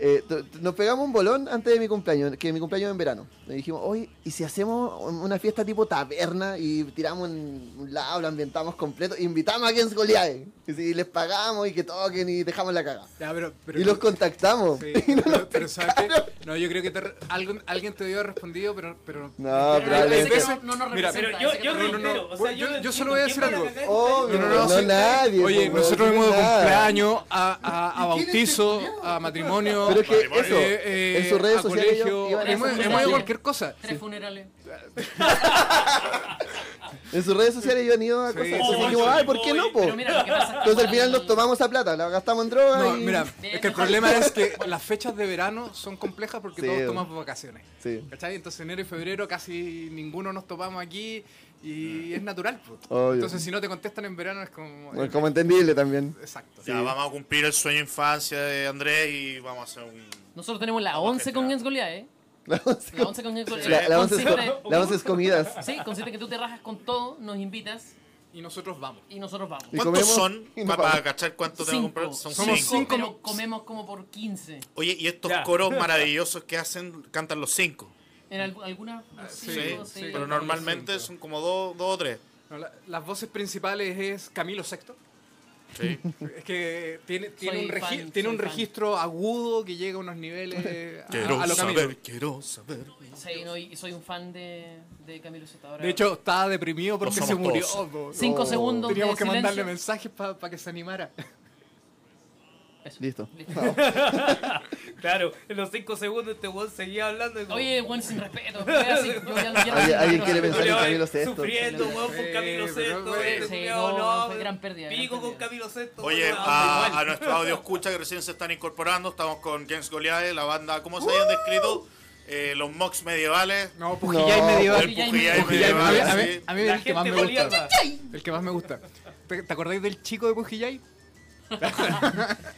A: Eh, t- t- nos pegamos un bolón antes de mi cumpleaños, que mi cumpleaños es en verano. Le dijimos, hoy, ¿y si hacemos un- una fiesta tipo taberna y tiramos un, un lado, lo ambientamos completo, invitamos a Gens Goliath? Y si les pagamos y que toquen y dejamos la cagada.
E: Ya, pero, pero,
A: y los contactamos.
E: sí, pero, pero ¿sabes qué? No, yo creo que te re- alguien, alguien te debió haber respondido, pero. pero
A: No,
D: Pero no,
A: probablemente.
D: ese que no, no nos
E: Mira,
D: representa,
B: Pero yo,
D: ese que
B: yo
D: no-
E: no, no,
B: reitero,
E: no.
B: o sea,
E: Bueno,
B: yo,
E: yo-
B: no
E: yo
B: entiendo
E: solo voy a decir
B: quién va
E: algo.
B: cagar
A: Obvio,
B: este año.
E: No, no, no, sí.
A: Oh, nadie.
E: Oye,
A: pues,
E: nosotros
A: weón,
E: hemos de
A: nada.
E: cumpleaños a, a, a bautizo, a matrimonio.
A: Pero es que
C: Matrimonio.
A: eso,
E: eh, eh,
A: en sus redes
E: a
A: sociales ellos
E: colegio,
A: iban a
E: hemos,
A: hacer
E: hemos ido a cualquier cosa.
D: Tres funerales.
A: En sus redes sociales yo han ido a
E: Sí,
A: cosas.
E: sí,
A: Entonces
E: sí.
A: dijimos, ay, ¿por qué no, po?
D: Pero mira lo que pasa es que
A: Entonces al
D: igual
A: final
D: el-
A: nos tomamos esa plata, la gastamos en droga
E: No,
A: y...
E: mira, es que el problema es que las fechas de verano son complejas porque
A: Sí,
E: todos
A: bueno.
E: tomamos vacaciones.
A: Sí.
E: ¿Cachai? Entonces enero y febrero casi ninguno nos topamos aquí y es natural. pues.
A: Obvio.
E: Entonces si no te contestan en verano es como...
A: Bueno, como entendible también.
E: Exacto.
C: Ya, vamos a cumplir el sueño de infancia de Andrés y vamos a hacer un.
D: Nosotros tenemos la
C: Vamos a
D: 11 con
C: gestionar.
D: Gens Goliath, ¿eh?
A: La once,
D: La 11 con Gens Goliath.
A: la- la once es,
D: Consiste-
A: la once es comidas.
D: Sí, consiste en que tú te rajas con todo, nos invitas
E: Y nosotros vamos.
D: y nosotros vamos.
A: Y
C: ¿Cuántos
A: comemos
C: son?
A: y no
C: Pa-
A: pagamos.
C: para cachar cuánto tengo que comprar. Son
E: Somos
C: cinco.
E: cinco.
D: pero comemos como por 15.
C: Oye, y estos
B: Ya.
C: coros maravillosos que hacen, cantan los cinco.
D: En al- algunas.
E: sí,
C: Sí,
D: cinco,
E: sí,
D: seis,
C: pero
E: no-
D: no,
C: normalmente
E: cinco.
C: son como dos dos o tres.
E: No, la- las voces principales es Camilo Sexto.
C: Sí.
E: Es que tiene, tiene
D: Soy
E: un, regi-
D: fan,
E: tiene
D: soy
E: un
D: fan.
E: registro agudo que llega a unos niveles a, a lo Camilo.
C: quiero saber.
D: y soy un fan de, de Camilo Sota. ahora.
E: De hecho, estaba deprimido porque se
C: somos
E: murió.
C: todos.
E: po.
D: Cinco
A: Oh.
D: segundos
E: Teníamos
D: de
E: que
D: silencio.
E: mandarle mensajes para que se animara.
D: Eso.
A: Listo.
D: Listo.
B: Claro, en los 5 segundos este weón seguía hablando. y como-
D: Oye, buen sin respeto. fue así, yo ya lo quiero
A: Alguien-
D: sin
A: alguien
D: respeto.
A: quiere pensar en
B: Pero,
A: Camilo
B: eh,
A: Sesto.
B: Sufriendo, weón, por
E: Sí,
B: Camilo
E: pero,
B: Sesto.
E: güey.
B: este
D: Sí,
B: culiao,
D: no, fue
B: no,
D: gran pérdida, gran
B: Pico con
D: pérdida.
B: Camilo Sesto.
C: Oye,
B: weón, igual.
C: a, a nuestro audio escucha que recién se están incorporando, estamos con James Goliath, la banda, ¿cómo se habían descrito? Eh, los mocks medievales.
E: No,
A: No,
E: Pujillay medieval.
C: El Pujillay
E: Pujillay, a
C: medieval.
E: mí- a mí-
C: sí.
E: a mí
B: La
E: el que más
B: gente
E: me gusta.
B: boliviana.
E: El que más me gusta. ¿Te, te acordáis del chico de Pujillay?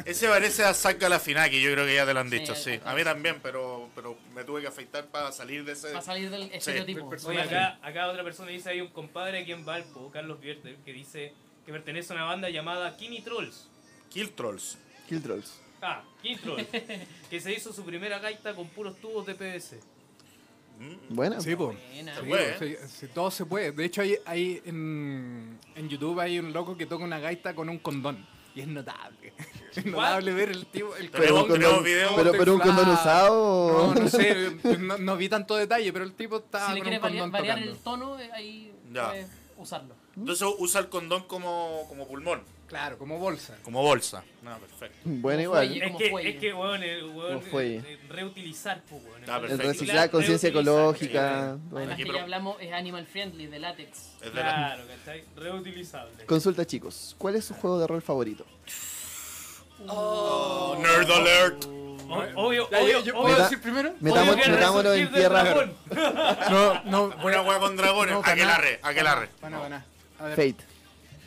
C: Ese parece a Zack Galafinaki, yo creo que ya te lo han
D: Sí,
C: dicho, sí.
D: el-
C: A mí también, pero, pero me tuve que afeitar para salir de ese...
D: Para salir del
C: Sí.
D: estereotipo.
E: Del personaje.
B: Oye, acá, acá otra persona dice, hay un compadre aquí en Valpo, Carlos Vierter, que dice que que pertenece a una banda llamada Kimi Trolls.
C: Kill Trolls.
A: Kill Trolls.
B: Ah, Kimi Trolls. que se hizo su primera gaita con puros tubos de PVC.
A: Buena.
E: Sí, pues, po.
D: Buena.
E: Sí,
C: Se puede,
E: po, sí, sí, todo se puede. De hecho, hay, hay en, en YouTube hay un loco que toca una gaita con un condón. Y es notable. Es notable ver el tipo. El
C: Pero un
E: condón
C: condón-
E: como-
C: video-
E: como
A: pero, pero un
E: inflado.
A: condón usado.
E: No, no sé. No, no vi tanto detalle, pero el tipo está
D: Si le
E: con un
D: quieres variar,
E: condón
D: variar
E: tocando.
D: el tono, eh, ahí
C: Ya.
D: puedes usarlo.
C: Entonces usa el condón como, como pulmón,
E: Claro, como bolsa.
C: como bolsa. No, perfecto.
A: Buena
D: Como
A: igual.
D: fuelle.
B: Es
D: como
B: que,
D: fuelle.
B: es que, weón, el weón,
A: Como fuelle.
B: eh, reutilizar, pues, weón.
C: Ah,
A: El
C: perfecto.
A: reciclar, conciencia ecológica. buena.
D: Además
C: Aquí,
D: que
C: pero-
D: ya eh, hablamos, es animal friendly, de látex.
C: Es de la-
B: Claro, ¿cachai? Reutilizable.
A: Consulta, chicos. ¿Cuál es su juego de rol favorito?
C: Nerd alert.
B: O- obvio,
E: Ya,
B: obvio,
E: yo- yo-
B: obvio.
E: ¿puedo
A: Meta-
E: decir primero?
A: metamos-
B: obvio que
A: metámonos en
B: resurgir del
A: tierra-
B: dragón.
E: No, no,
C: Buena hueá con dragones.
E: No,
C: aquelarre,
E: para-
C: aquelarre.
E: Bueno, bueno. A ver,
A: Fate.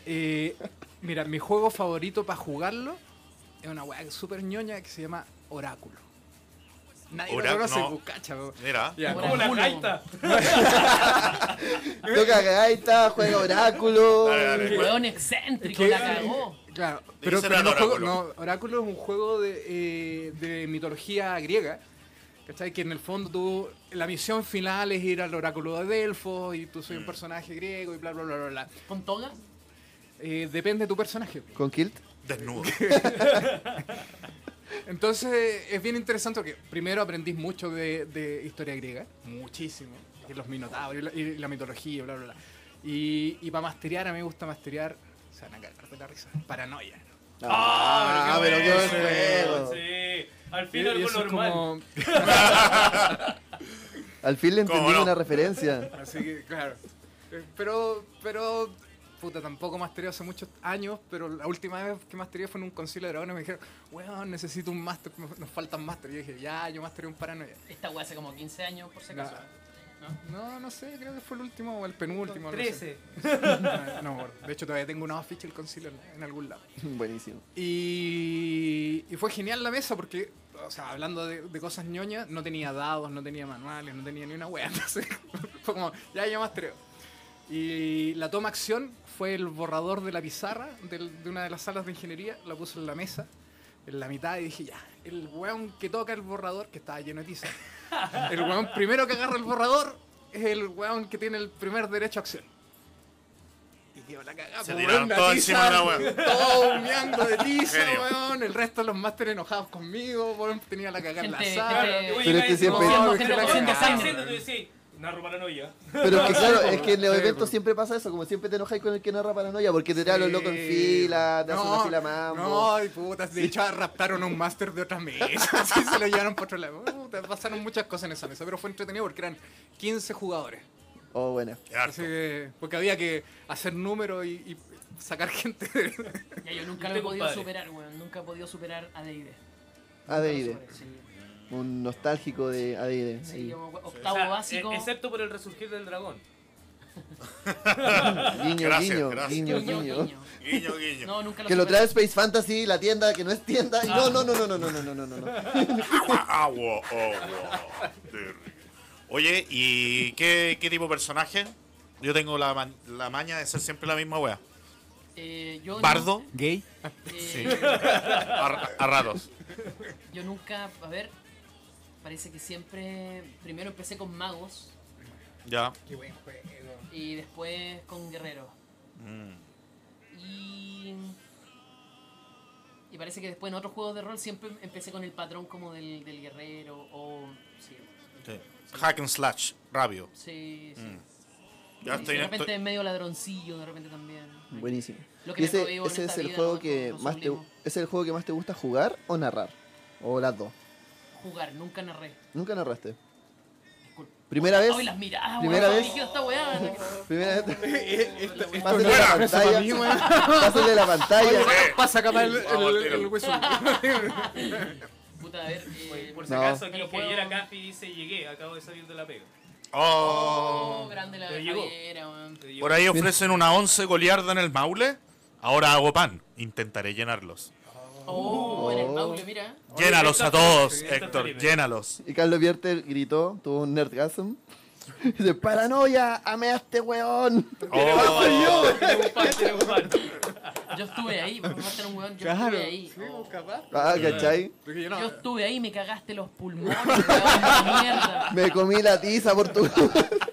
E: Eh, mira, mi juego favorito para jugarlo es una weá súper ñoña que se llama Oráculo. Nadie
C: Orá-
E: lo conoce,
C: no.
E: pues, cacha, po.
C: Mira.
E: Ya,
B: Como la
D: Oráculo.
B: gaita.
A: Toca gaita, juega oráculo.
C: Dale, dale.
D: Weón excéntrico,
E: ¿Qué?
D: la cagó.
E: Claro,
C: ¿De qué
E: pero, pero
C: será
E: no
C: el
E: juego-
C: oráculo?
E: no, Oráculo es un juego de, eh, de mitología griega. ¿Cachai? Que en el fondo tú, la misión final es ir al oráculo de Delfos y tú soy
C: Mm.
E: un personaje griego y bla, bla, bla, bla. bla.
D: Con toga,
E: Eh, depende de tu personaje.
A: Con Kilt.
C: Desnudo.
E: Entonces es bien interesante porque primero aprendís mucho de, de historia griega, muchísimo, que los minotauros y la, y la mitología, bla, bla, bla. Y, y para masterear, a mí me gusta masterear, se van a cagar de la risa, paranoia.
A: Ah, pero qué buen
B: bueno,
A: juego.
B: Sí. Al
E: Y-
B: fin
E: y
B: algo
E: eso es
B: normal.
E: como-
A: Al fin le
C: ¿Cómo
A: entendí
C: no?
A: una referencia.
E: Así que, claro. Eh, Pero, pero, puta, tampoco mastereo hace muchos años, pero la última vez que mastereo fue en un concilio de dragones y me dijeron, weón, necesito un master, nos nos faltan master. Y yo dije, ya, yo mastereo un paranoia.
D: esta weá hace como 15 años, por si acaso.
E: No, no sé, creo que fue el último o el penúltimo. no sé.
B: 13.
D: Ah,
E: No, no, gordo. de hecho todavía tengo una ficha del concilio en, en algún lado.
A: Buenísimo.
E: Y, y fue genial la mesa porque, o sea, hablando de, de cosas ñoñas, no tenía dados, no tenía manuales, no tenía ni una wea. Entonces, fue como, ya, ya mastereo. Y la toma acción fue el borrador de la pizarra del- de una de las salas de ingeniería, la puse en la mesa, en la mitad, y dije, ya, el weón que toca el borrador, que estaba lleno de tiza, el weón primero que agarra el borrador es el weón que tiene el primer derecho a acción. Y quedó la cagada.
C: Se
E: po,
C: tiraron
E: weón, la
C: todo
E: tiza,
C: encima de la weón.
E: Todo humeando de tiza,
C: Genio.
E: weón. El resto de los másteres enojados conmigo, weón, tenía la cagada en la
D: Gente,
E: sala.
B: Claro,
D: Pero
B: oye,
A: es
B: nadie-
A: que siempre-
B: no,
E: No,
D: Siendo
E: es que la
D: generación de
E: cagada.
B: estás
E: Alzheimer.
D: Simon.
B: diciendo, tú decís, narro paranoia.
A: Pero es que claro,
E: Sí,
A: es que en los
E: sí,
A: eventos
E: pues.
A: siempre pasa eso, como siempre te enojáis con el que narra paranoia, porque te trae a los locos en fila, te hacen una fila mambo.
E: No, y puta, de hecho raptaron a un máster de otra mesa, así se lo llevaron por otro lado. Puta, pasaron muchas cosas en esa mesa, pero fue entretenido porque eran 15 jugadores.
A: Oh, buena.
C: Qué harto.
E: Así que- porque había que hacer números y, y sacar gente.
D: Ya, yo
B: Usted,
D: nunca lo he podido
B: compadre.
D: superar, weón. Nunca he podido superar a D&D.
A: ADID,
D: Nunca lo superé, sí.
A: un nostálgico de ADID.
D: Sí,
A: ahí.
D: yo me acuerdo,
B: O
D: octavo
C: eh,
B: sea,
D: básico.
B: e- Excepto por el resurgir del dragón.
A: Guiño,
C: Gracias,
A: guiño,
C: gracias.
A: guiño,
D: Guiño,
A: guiño.
D: guiño.
C: Guiño, guiño.
D: No, nunca lo
A: Que lo
D: superé.
A: trae Space Fantasy, la tienda que no es tienda.
D: Ah.
A: y No, no, no, no, no, no, no, no, no, no.
C: Agua, agua, agua. oh, Terrible. Oye, ¿y qué, qué tipo de personaje? Yo tengo la, ma- la maña de ser siempre la misma wea.
D: Eh, yo
C: Bardo,
E: ¿Gay?
D: eh,
C: Sí. a, a ratos.
D: Yo nunca, a ver, parece que siempre, primero empecé con magos
C: Ya.
E: Qué buen juego.
D: y después con guerreros.
C: Mm.
D: Y... Y parece que después en otros juegos de rol siempre empecé con el patrón como del, del guerrero o... Sí,
C: Hack and slash, rabio.
D: sí, sí.
C: Mm.
D: Y
C: Ya estoy,
D: de
C: estoy-
D: repente medio ladroncillo, de repente también.
A: Buenísimo.
D: Lo que
A: Y
D: me
A: ese,
D: rodeo en
A: ese
D: esta
A: es el
D: vida,
A: juego
D: lo-
A: que
D: lo
A: más te,
D: sublimo.
A: es el juego que más te gusta jugar o narrar o las dos.
D: Jugar, nunca narré.
A: Nunca narraste.
D: Disculpa.
A: Primera vez.
D: Ay, las miradas,
A: Primera
D: weón,
A: vez.
D: dirigido a esta weá.
A: Primera vez.
E: Esto, esto
A: Pásenle
E: no era
A: la
E: sorpresa para mí,
A: pantalla.
E: weón.
A: Pásenle la pantalla.
E: Pasa acá para el,
C: Vamos,
E: el,
C: tiro.
E: el hueso.
D: Ah. Puta, a ver. eh,
B: Por
D: por
B: si
A: No.
B: acaso,
D: Pero
B: que que
D: puedo-
B: ayer acá y dice, llegué, acabo de salir de la pega.
C: Oh.
D: oh, grande la
B: Pero llegó.
D: Javiera, weón.
B: Te digo,
C: Por ahí ofrecen una once goliarda en el Maule. Ahora hago pan. Intentaré llenarlos.
D: Oh, en el Maule, mira.
C: Llénalos a
B: Héctor
C: todos,
B: Felipe, Héctor
C: Héctor.
B: Felipe.
C: Llénalos.
A: Y Carlos Vierter gritó, tuvo un nerdgasm. Dice, paranoia, amé a este weón.
C: Oh,
B: Tiene un par, tiene un par.
D: Yo estuve ahí, me mataron un weón, yo
E: Claro.
D: estuve ahí.
E: Sí, pues, capaz.
A: Ah, ¿cachai?
E: Porque yo no-
D: Yo estuve ahí, me cagaste los pulmones, weón, de mierda.
A: Me comí la tiza por tu...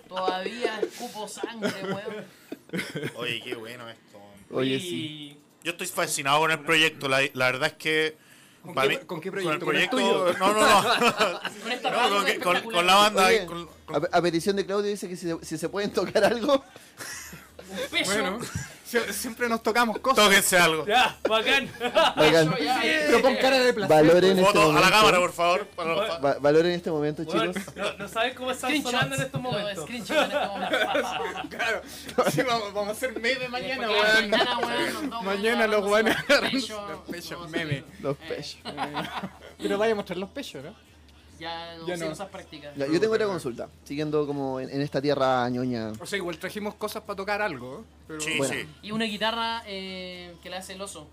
D: Todavía escupo sangre, weón.
C: Oye, qué bueno esto.
A: Oye,
B: Y-
A: sí.
C: Yo estoy fascinado con el proyecto. La, la verdad es que.
E: ¿Con
C: para
E: qué-
C: mí-
E: con qué
C: el
E: proyecto? ¿Con el
C: proyecto.
E: tuyo?
C: No, no, no.
D: Con esta
C: No,
D: radio
C: con, que- con-
D: espectacular.
C: con la banda.
A: Oye,
C: con- con-
A: a, a petición de Claudio dice que si, si se pueden tocar algo,
D: Un peso.
E: Bueno, sie- siempre nos tocamos cosas.
C: tóquense algo.
B: Ya, bacán.
C: Ah,
A: valgan-
D: Eso ya es-
E: Pero con cara de placer.
A: valoren este
C: Foto a la cámara,
A: momento.
C: por favor. para los fa-
A: Va- valoren este momento,
B: Weón,
A: chicos.
B: no, no sabes cómo están
D: Screenshots.
B: sonando en estos
D: Los
B: momentos.
D: screenshots en este momento.
E: Claro. Sí, vamos, vamos a hacer meme mañana,
D: Porque
E: weón.
D: Mañana, weón, nos vamos
E: Mañana
D: a
E: los
D: agarrar
E: weones
D: los
E: agarran
D: pechos,
E: los pechos,
D: vamos a
E: meme.
D: hacer-
A: Los
D: eh,
A: pechos.
E: Pero vaya a mostrar los pechos, ¿no?
D: Ya no
E: Ya
D: sé
E: no.
D: esas prácticas.
A: Ya, yo tengo otra consulta, siguiendo como en, en esta tierra ñoña.
E: O sea, igual trajimos cosas para tocar algo, ¿eh? pero...
C: Sí,
A: Bueno.
C: sí.
D: Y una guitarra eh, que la hace el oso.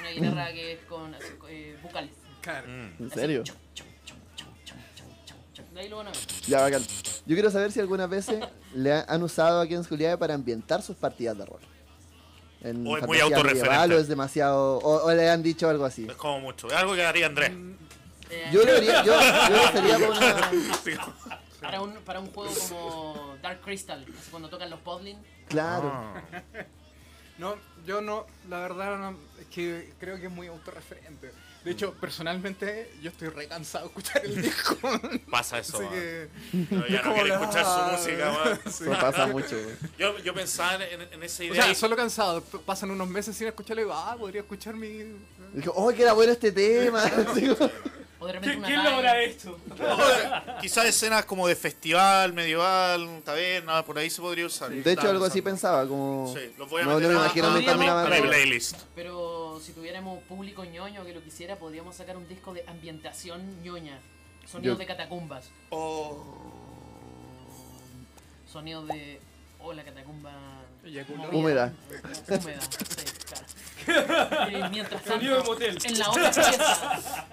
D: Una guitarra que es con así, eh, vocales.
E: Claro.
C: Mm.
A: ¿En
D: Así,
A: serio?
D: chum, chum, chum, chum, chum, chum, chum, chum. De ahí lo van a ver.
A: Ya, bacán. Yo quiero saber si algunas veces le ha- han usado aquí en Juliade para ambientar sus partidas de rol. En
C: O es muy
A: fantasía
C: autorreferente. Eh.
A: medieval, O es demasiado. O, o le han dicho algo así.
C: Es como mucho. Algo que haría Andrés.
E: Mm,
D: Eh,
A: Yo lo haría. Yo, yo lo sería por una.
C: Sí.
D: para, un, para un juego como Dark Crystal, así cuando tocan los podlings.
A: Claro.
C: Ah.
E: No, yo no, la verdad, no, es que creo que es muy autorreferente. De hecho,
C: Mm.
E: personalmente, yo estoy re cansado de escuchar el disco.
C: Pasa eso.
E: Así
C: man.
E: que...
C: Pero ya no
E: como
C: quiere
E: la-
C: escuchar su música. man.
A: Eso pasa mucho.
C: Yo, yo pensaba en, en esa
E: O
C: idea.
E: sea,
C: y-
E: solo cansado. p- Pasan unos meses sin escucharlo y digo, ah, podría escuchar mi...
A: Dijo, ¡oh, que era bueno este tema! Así como-
D: O de repente
B: ¿Qui-
D: una
B: ¿Quién
D: talla.
B: logra esto?
C: Quizás escenas como de festival, medieval, taberna, por ahí se podría usar.
A: de hecho, algo así pensaba. Como.
C: Sí, los voy a
A: no,
C: meter
A: no me
C: a-
A: imagino
C: a-
A: ambientando
D: a-
A: una
C: A mi
A: batalla.
C: playlist.
D: Pero si tuviéramos público ñoño que lo quisiera, podríamos sacar un disco de ambientación ñoña. Sonidos
A: Yo-
D: de catacumbas.
B: Oh.
D: Sonidos de. Oh, la catacumba.
E: Eyaculó.
A: Húmeda.
D: Húmeda, sí, claro. Y mientras tanto,
B: Sonido de motel.
D: en la otra pieza.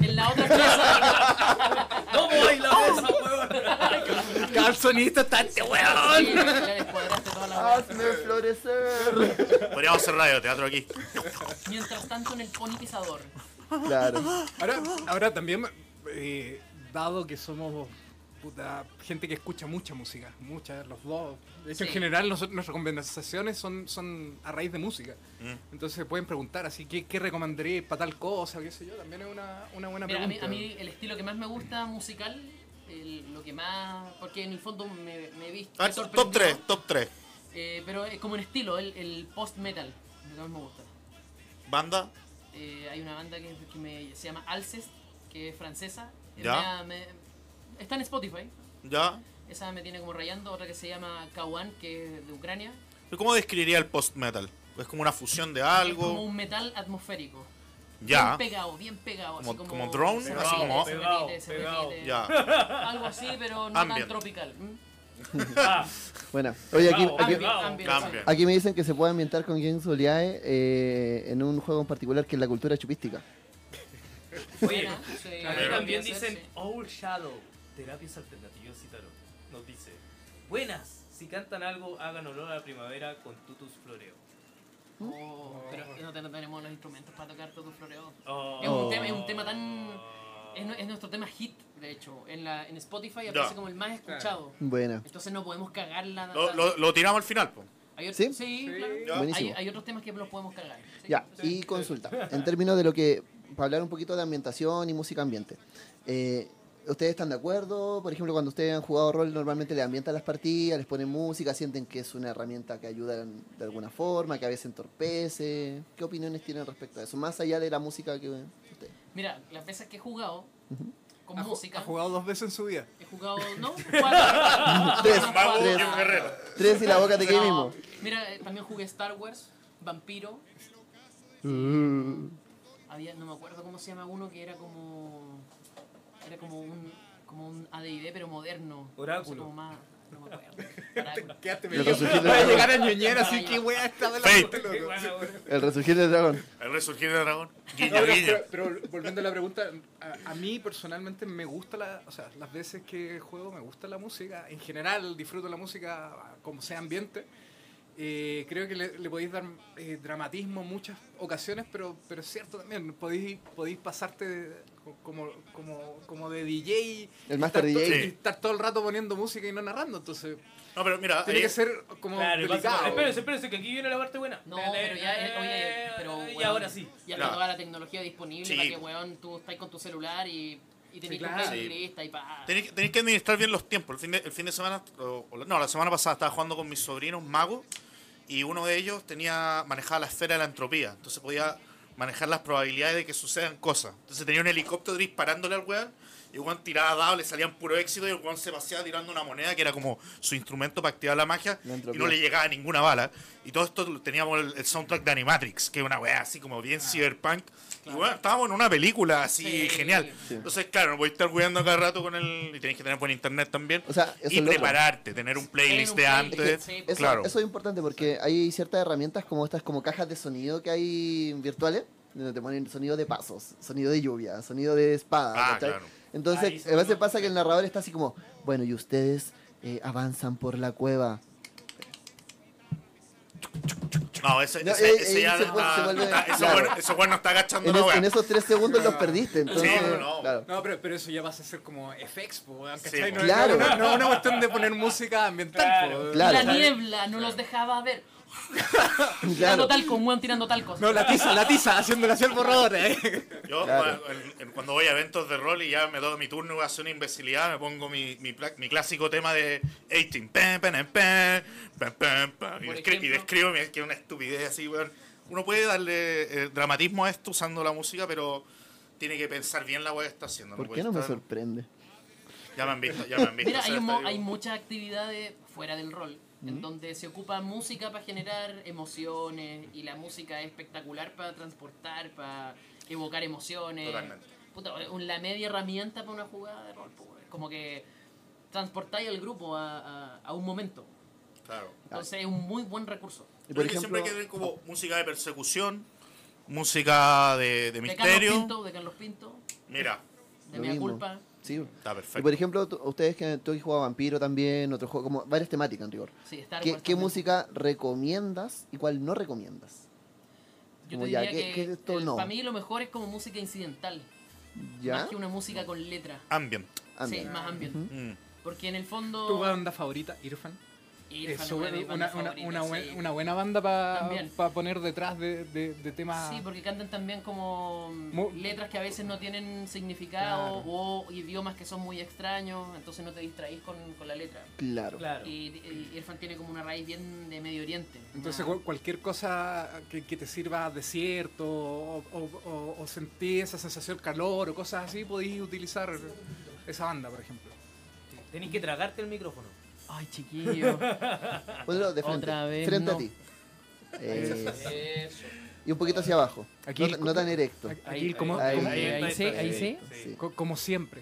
D: En la otra pieza.
B: ¿Cómo baila esa, weón?
E: ¡Calzonista está este
D: Sí,
E: weón!
D: ya descuadraste todas las weas.
A: ¡Hazme florecer!
C: Podríamos hacer radio, teatro aquí.
D: Mientras tanto, en el pony pisador.
A: Claro.
E: Ahora, ahora también, eh, dado que somos puta, gente que escucha mucha música, mucha, los dos. De hecho,
D: Sí.
E: en general, nosotros- nuestras conversaciones son, son a raíz de música.
C: Mm.
E: Entonces pueden preguntar, así, ¿qué, qué recomendaría para tal cosa? ¿Qué sé yo? También es una, una buena
D: Mira, a mí,
E: pregunta.
D: a mí el estilo que más me gusta musical, el- lo que más. Porque en el fondo me, me he visto.
C: Ah,
D: me
C: top
D: sorprendió,
C: 3, top 3.
D: eh, pero es como un estilo, el, el post-metal, lo que más me gusta.
C: Banda,
D: Eh, hay una banda que, que me- se llama Alcest, que es francesa. Eh,
C: Ya.
D: me- me- está en Spotify.
C: ya.
D: Esa me tiene como rayando. Otra que se llama Kawan, que es de Ucrania.
C: ¿Y ¿Cómo describiría el post-metal? Es como una fusión de
D: Es como
C: algo.
D: un metal atmosférico.
C: Ya.
D: Bien pegado, bien pegado. así
C: Como-
D: como,
C: como drone,
D: se
C: así
D: repite,
C: como-
D: se
B: Pegado,
D: repite, se
B: pegado.
D: repite.
C: Ya.
D: Algo así, pero no tan
C: Ambient.
D: tropical. ¿m?
B: Ah,
A: Bueno, oye, aquí,
B: Bravo,
A: aquí,
D: Ambient,
B: Wow.
D: ambient,
C: Cambia.
A: Aquí me dicen que se puede ambientar con Gens Oliae eh, en un juego en particular que es la cultura chupística.
B: oye,
D: Buena, sí,
B: a mí también
D: podría ser,
B: dicen Old Shadow, terapias alternativas, cítalo. Nos dice, buenas, si cantan algo, hagan olor a la primavera con tutus floreo.
D: sí. Oh, pero no ten- tenemos los instrumentos para tocar todo floreo.
B: Oh.
D: Es un tema- es un tema tan- Es, nu- es nuestro tema hit, de hecho. En, la, en Spotify aparece como el más escuchado.
A: Buena.
D: Entonces no podemos cargarla.
C: Lo, lo- lo tiramos al final, po.
D: Hay otro-
A: ¿Sí?
D: sí, claro.
C: Ya.
A: Buenísimo.
D: Hay, hay otros temas que los podemos cargar. ¿sí?
A: Ya,
D: Sí.
A: y consulta. En términos de lo que, para hablar un poquito de ambientación y música ambiente, eh, ¿ustedes están de acuerdo? Por ejemplo, cuando ustedes han jugado rol, normalmente le ambientan las partidas, les ponen música, sienten que es una herramienta que ayuda en- de alguna forma, que a veces entorpece. ¿Qué opiniones tienen respecto a eso? Más allá de la música que ustedes.
D: Mira, las veces que he jugado con
E: Ha ju-
D: música,
E: ha jugado dos veces en su vida.
D: he jugado. No, cuatro.
A: Tres,
D: Unas
A: Mago
D: cuatro.
A: y un Tres y la boca te quedé mismo.
D: No, Mira, eh, también jugué Star Wars, Vampiro. Había, no me acuerdo cómo se llama uno que era como. Era como un. Como un ADD, pero moderno.
B: Oráculo.
D: No sé, como más- No me acuerdo. Para-
F: Quedaste
A: Lo que
F: medio.
A: surgió
E: Va a
A: del
E: llegar
A: dragón.
E: a ñoñera, así que wea está de la
C: Fate.
E: puta, loco.
B: Qué buena, weón.
A: El resurgir del dragón.
C: El resurgir del dragón.
E: No,
C: Guiño,
E: pero,
C: guiño.
E: pero- pero volviendo a la pregunta, a, a mí personalmente me gusta la, o sea, las veces que juego me gusta la música, en general disfruto la música como sea ambiente. Eh, creo que le, le podéis dar eh, dramatismo en muchas ocasiones, pero, pero es cierto también, podéis, podéis pasarte de- como, como, como de DJ,
A: El master
E: estar to-
A: DJ.
E: y estar todo el rato poniendo música y no narrando, entonces
C: No, pero mira, eh,
E: tiene
C: ahí-
E: que ser como
B: Claro, y pasa-
E: delicado.
B: espérense, espérense, que aquí viene la parte buena.
D: No, pero ya, eh, oye, pero
B: Y
D: weón,
B: ahora sí.
D: Ya
C: Claro.
D: está toda la tecnología disponible
C: Sí.
D: para que, weón, tú estás con tu celular y, y tenés
E: Sí,
D: tu
E: claro.
D: playlist y pa.
C: Tenéis que- tenéis que administrar bien los tiempos. El fin de, el fin de semana, o- o la- no, la semana pasada estaba jugando con mis sobrinos magos y uno de ellos tenía manejaba la esfera de la entropía. Entonces podía manejar las probabilidades de que sucedan cosas. Entonces tenía un helicóptero disparándole al weón y el weón tiraba dados, le salían puro éxito y el weón se paseaba tirando una moneda que era como su instrumento para activar la magia
A: La
C: y
A: entropía.
C: no le llegaba ninguna bala. Y todo esto lo- teníamos el, el soundtrack de Animatrix, que es una weá así como bien cyberpunk. Y bueno, estábamos en una película así
D: Sí.
C: genial.
A: Sí.
C: Entonces, claro, voy a estar cuidando cada rato con el. Y tenés que tener buen internet también.
A: O sea, eso
C: y
A: es lo otro.
C: prepararte, tener un playlist de
D: Tener un playlist,
C: antes.
D: sí.
A: Eso,
C: claro.
A: eso es importante porque hay ciertas herramientas como estas, como cajas de sonido que hay virtuales, donde te ponen sonido de pasos, sonido de lluvia, sonido de espada.
C: Ah,
A: ¿cachai?
C: claro.
B: Ahí
A: Entonces,
B: se
A: a veces
B: nota.
A: pasa que el narrador está así como, bueno, y ustedes eh, avanzan por la cueva.
C: No, ese,
A: No,
C: ese-
A: eh,
C: ese
A: eh,
C: ya
A: se
C: no
A: vuelve- se
C: está.
A: vuelve-
C: está- ese
A: claro.
C: weón- Ese weón no está agachando
A: En,
C: la
A: es-
C: weá.
A: en esos tres segundos los
E: Claro.
A: perdiste. Entonces,
C: no, no.
A: claro.
E: No, pero, pero eso ya pasa a ser como FX, po, weón, ¿cachai?
C: Sí,
E: no,
C: po.
A: Claro.
E: no, no, no es una cuestión de poner música ambiental.
B: Claro.
E: po.
A: Claro.
D: La niebla no los dejaba ver.
A: Claro.
D: Tirando talco, un weón tirando talco.
E: No, la tiza, la tiza, haciéndole así al borrador. eh.
C: Yo
A: Claro.
C: bueno, en- en- cuando voy a eventos de rol y ya me doy mi turno y hacer una imbecilidad, me pongo mi, mi, pla- mi clásico tema de 18. Pen, pen, pen, pen, pen, pen, pen. y,
D: Por
C: descri- y
D: ejemplo.
C: describo mi- que es una estupidez así, weón. Uno puede darle eh, dramatismo a esto usando la música, pero tiene que pensar bien la weá que está haciendo.
A: ¿Por
C: puede
A: qué no me
C: estar-
A: sorprende?
C: Ya me han visto, ya me han visto.
D: Mira, hay,
C: hacer
D: un mo-
C: este
D: hay
C: dibujo.
D: muchas actividades fuera del rol, en donde se ocupa música para generar emociones y la música es espectacular para transportar, para evocar emociones.
C: Totalmente.
D: Puta, un- la media herramienta para una jugada de rol, po, es como que transportáis al grupo a, a- a un momento.
C: Claro.
D: Entonces es un muy buen recurso.
A: Y
C: Creo
A: por
C: que siempre
A: ejemplo,
C: hay que tener como música de persecución, música de, de
D: De Carlos
C: misterio.
D: Pinto, de Carlos Pinto,
C: Mira,
D: de
A: Lo
D: Mea
A: mismo.
D: Culpa.
A: sí.
C: está
A: Y por
C: perfecto.
A: ejemplo, tú- ustedes que tú has jugado Vampiro también, otro juego, como varias temáticas en rigor.
D: Sí, Star
A: ¿Qué,
D: Wars
A: qué
D: también.
A: música recomiendas y cuál no recomiendas?
D: Yo
A: como
D: te
A: ya,
D: diría
A: ¿qué-
D: que,
A: qué es esto? No.
D: para mí lo mejor es como música incidental,
A: ¿Ya?
D: más que una música con letra.
C: Ambient.
A: Ah,
D: Sí,
A: mira.
D: más ambiente.
A: Ujú.
C: Mm.
D: Porque en el fondo.
E: ¿Tu banda favorita, Irfan?
D: Irfan
E: Es
D: es
E: súper-
D: una de mis
E: Eh, una,
D: bandas
E: una-
D: favoritas,
E: una buen-
D: sí.
E: una buena banda para
D: También.
E: poner detrás de, de- de temas.
D: Sí, porque cantan también como mm,
E: Mu-
D: letras que a veces no tienen significado
E: Claro.
D: o idiomas que son muy extraños, entonces no te distraís con, con la letra.
A: Claro.
B: Claro.
D: Y, y Irfan tiene como una raíz bien de Medio Oriente.
E: Entonces,
D: una-
E: cu- cualquier cosa que, que te sirva desierto o, o- o- o sentir esa sensación calor o cosas así, podéis utilizar esa banda, por ejemplo.
B: Tenés que tragarte el micrófono.
D: Ay, chiquillo.
A: Ponlo de frente.
D: Otra vez
A: frente Pues a
D: no.
A: ti. Eh,
D: Eso.
A: y un poquito hacia abajo.
E: Aquí
A: no,
E: el-
A: ta- no tan erecto.
E: Aquí,
D: Ahí,
E: como,
A: ahí,
E: como-
A: ahí,
B: está,
D: sí,
B: está,
D: ahí
B: está.
D: sí.
A: Sí.
E: co- como siempre.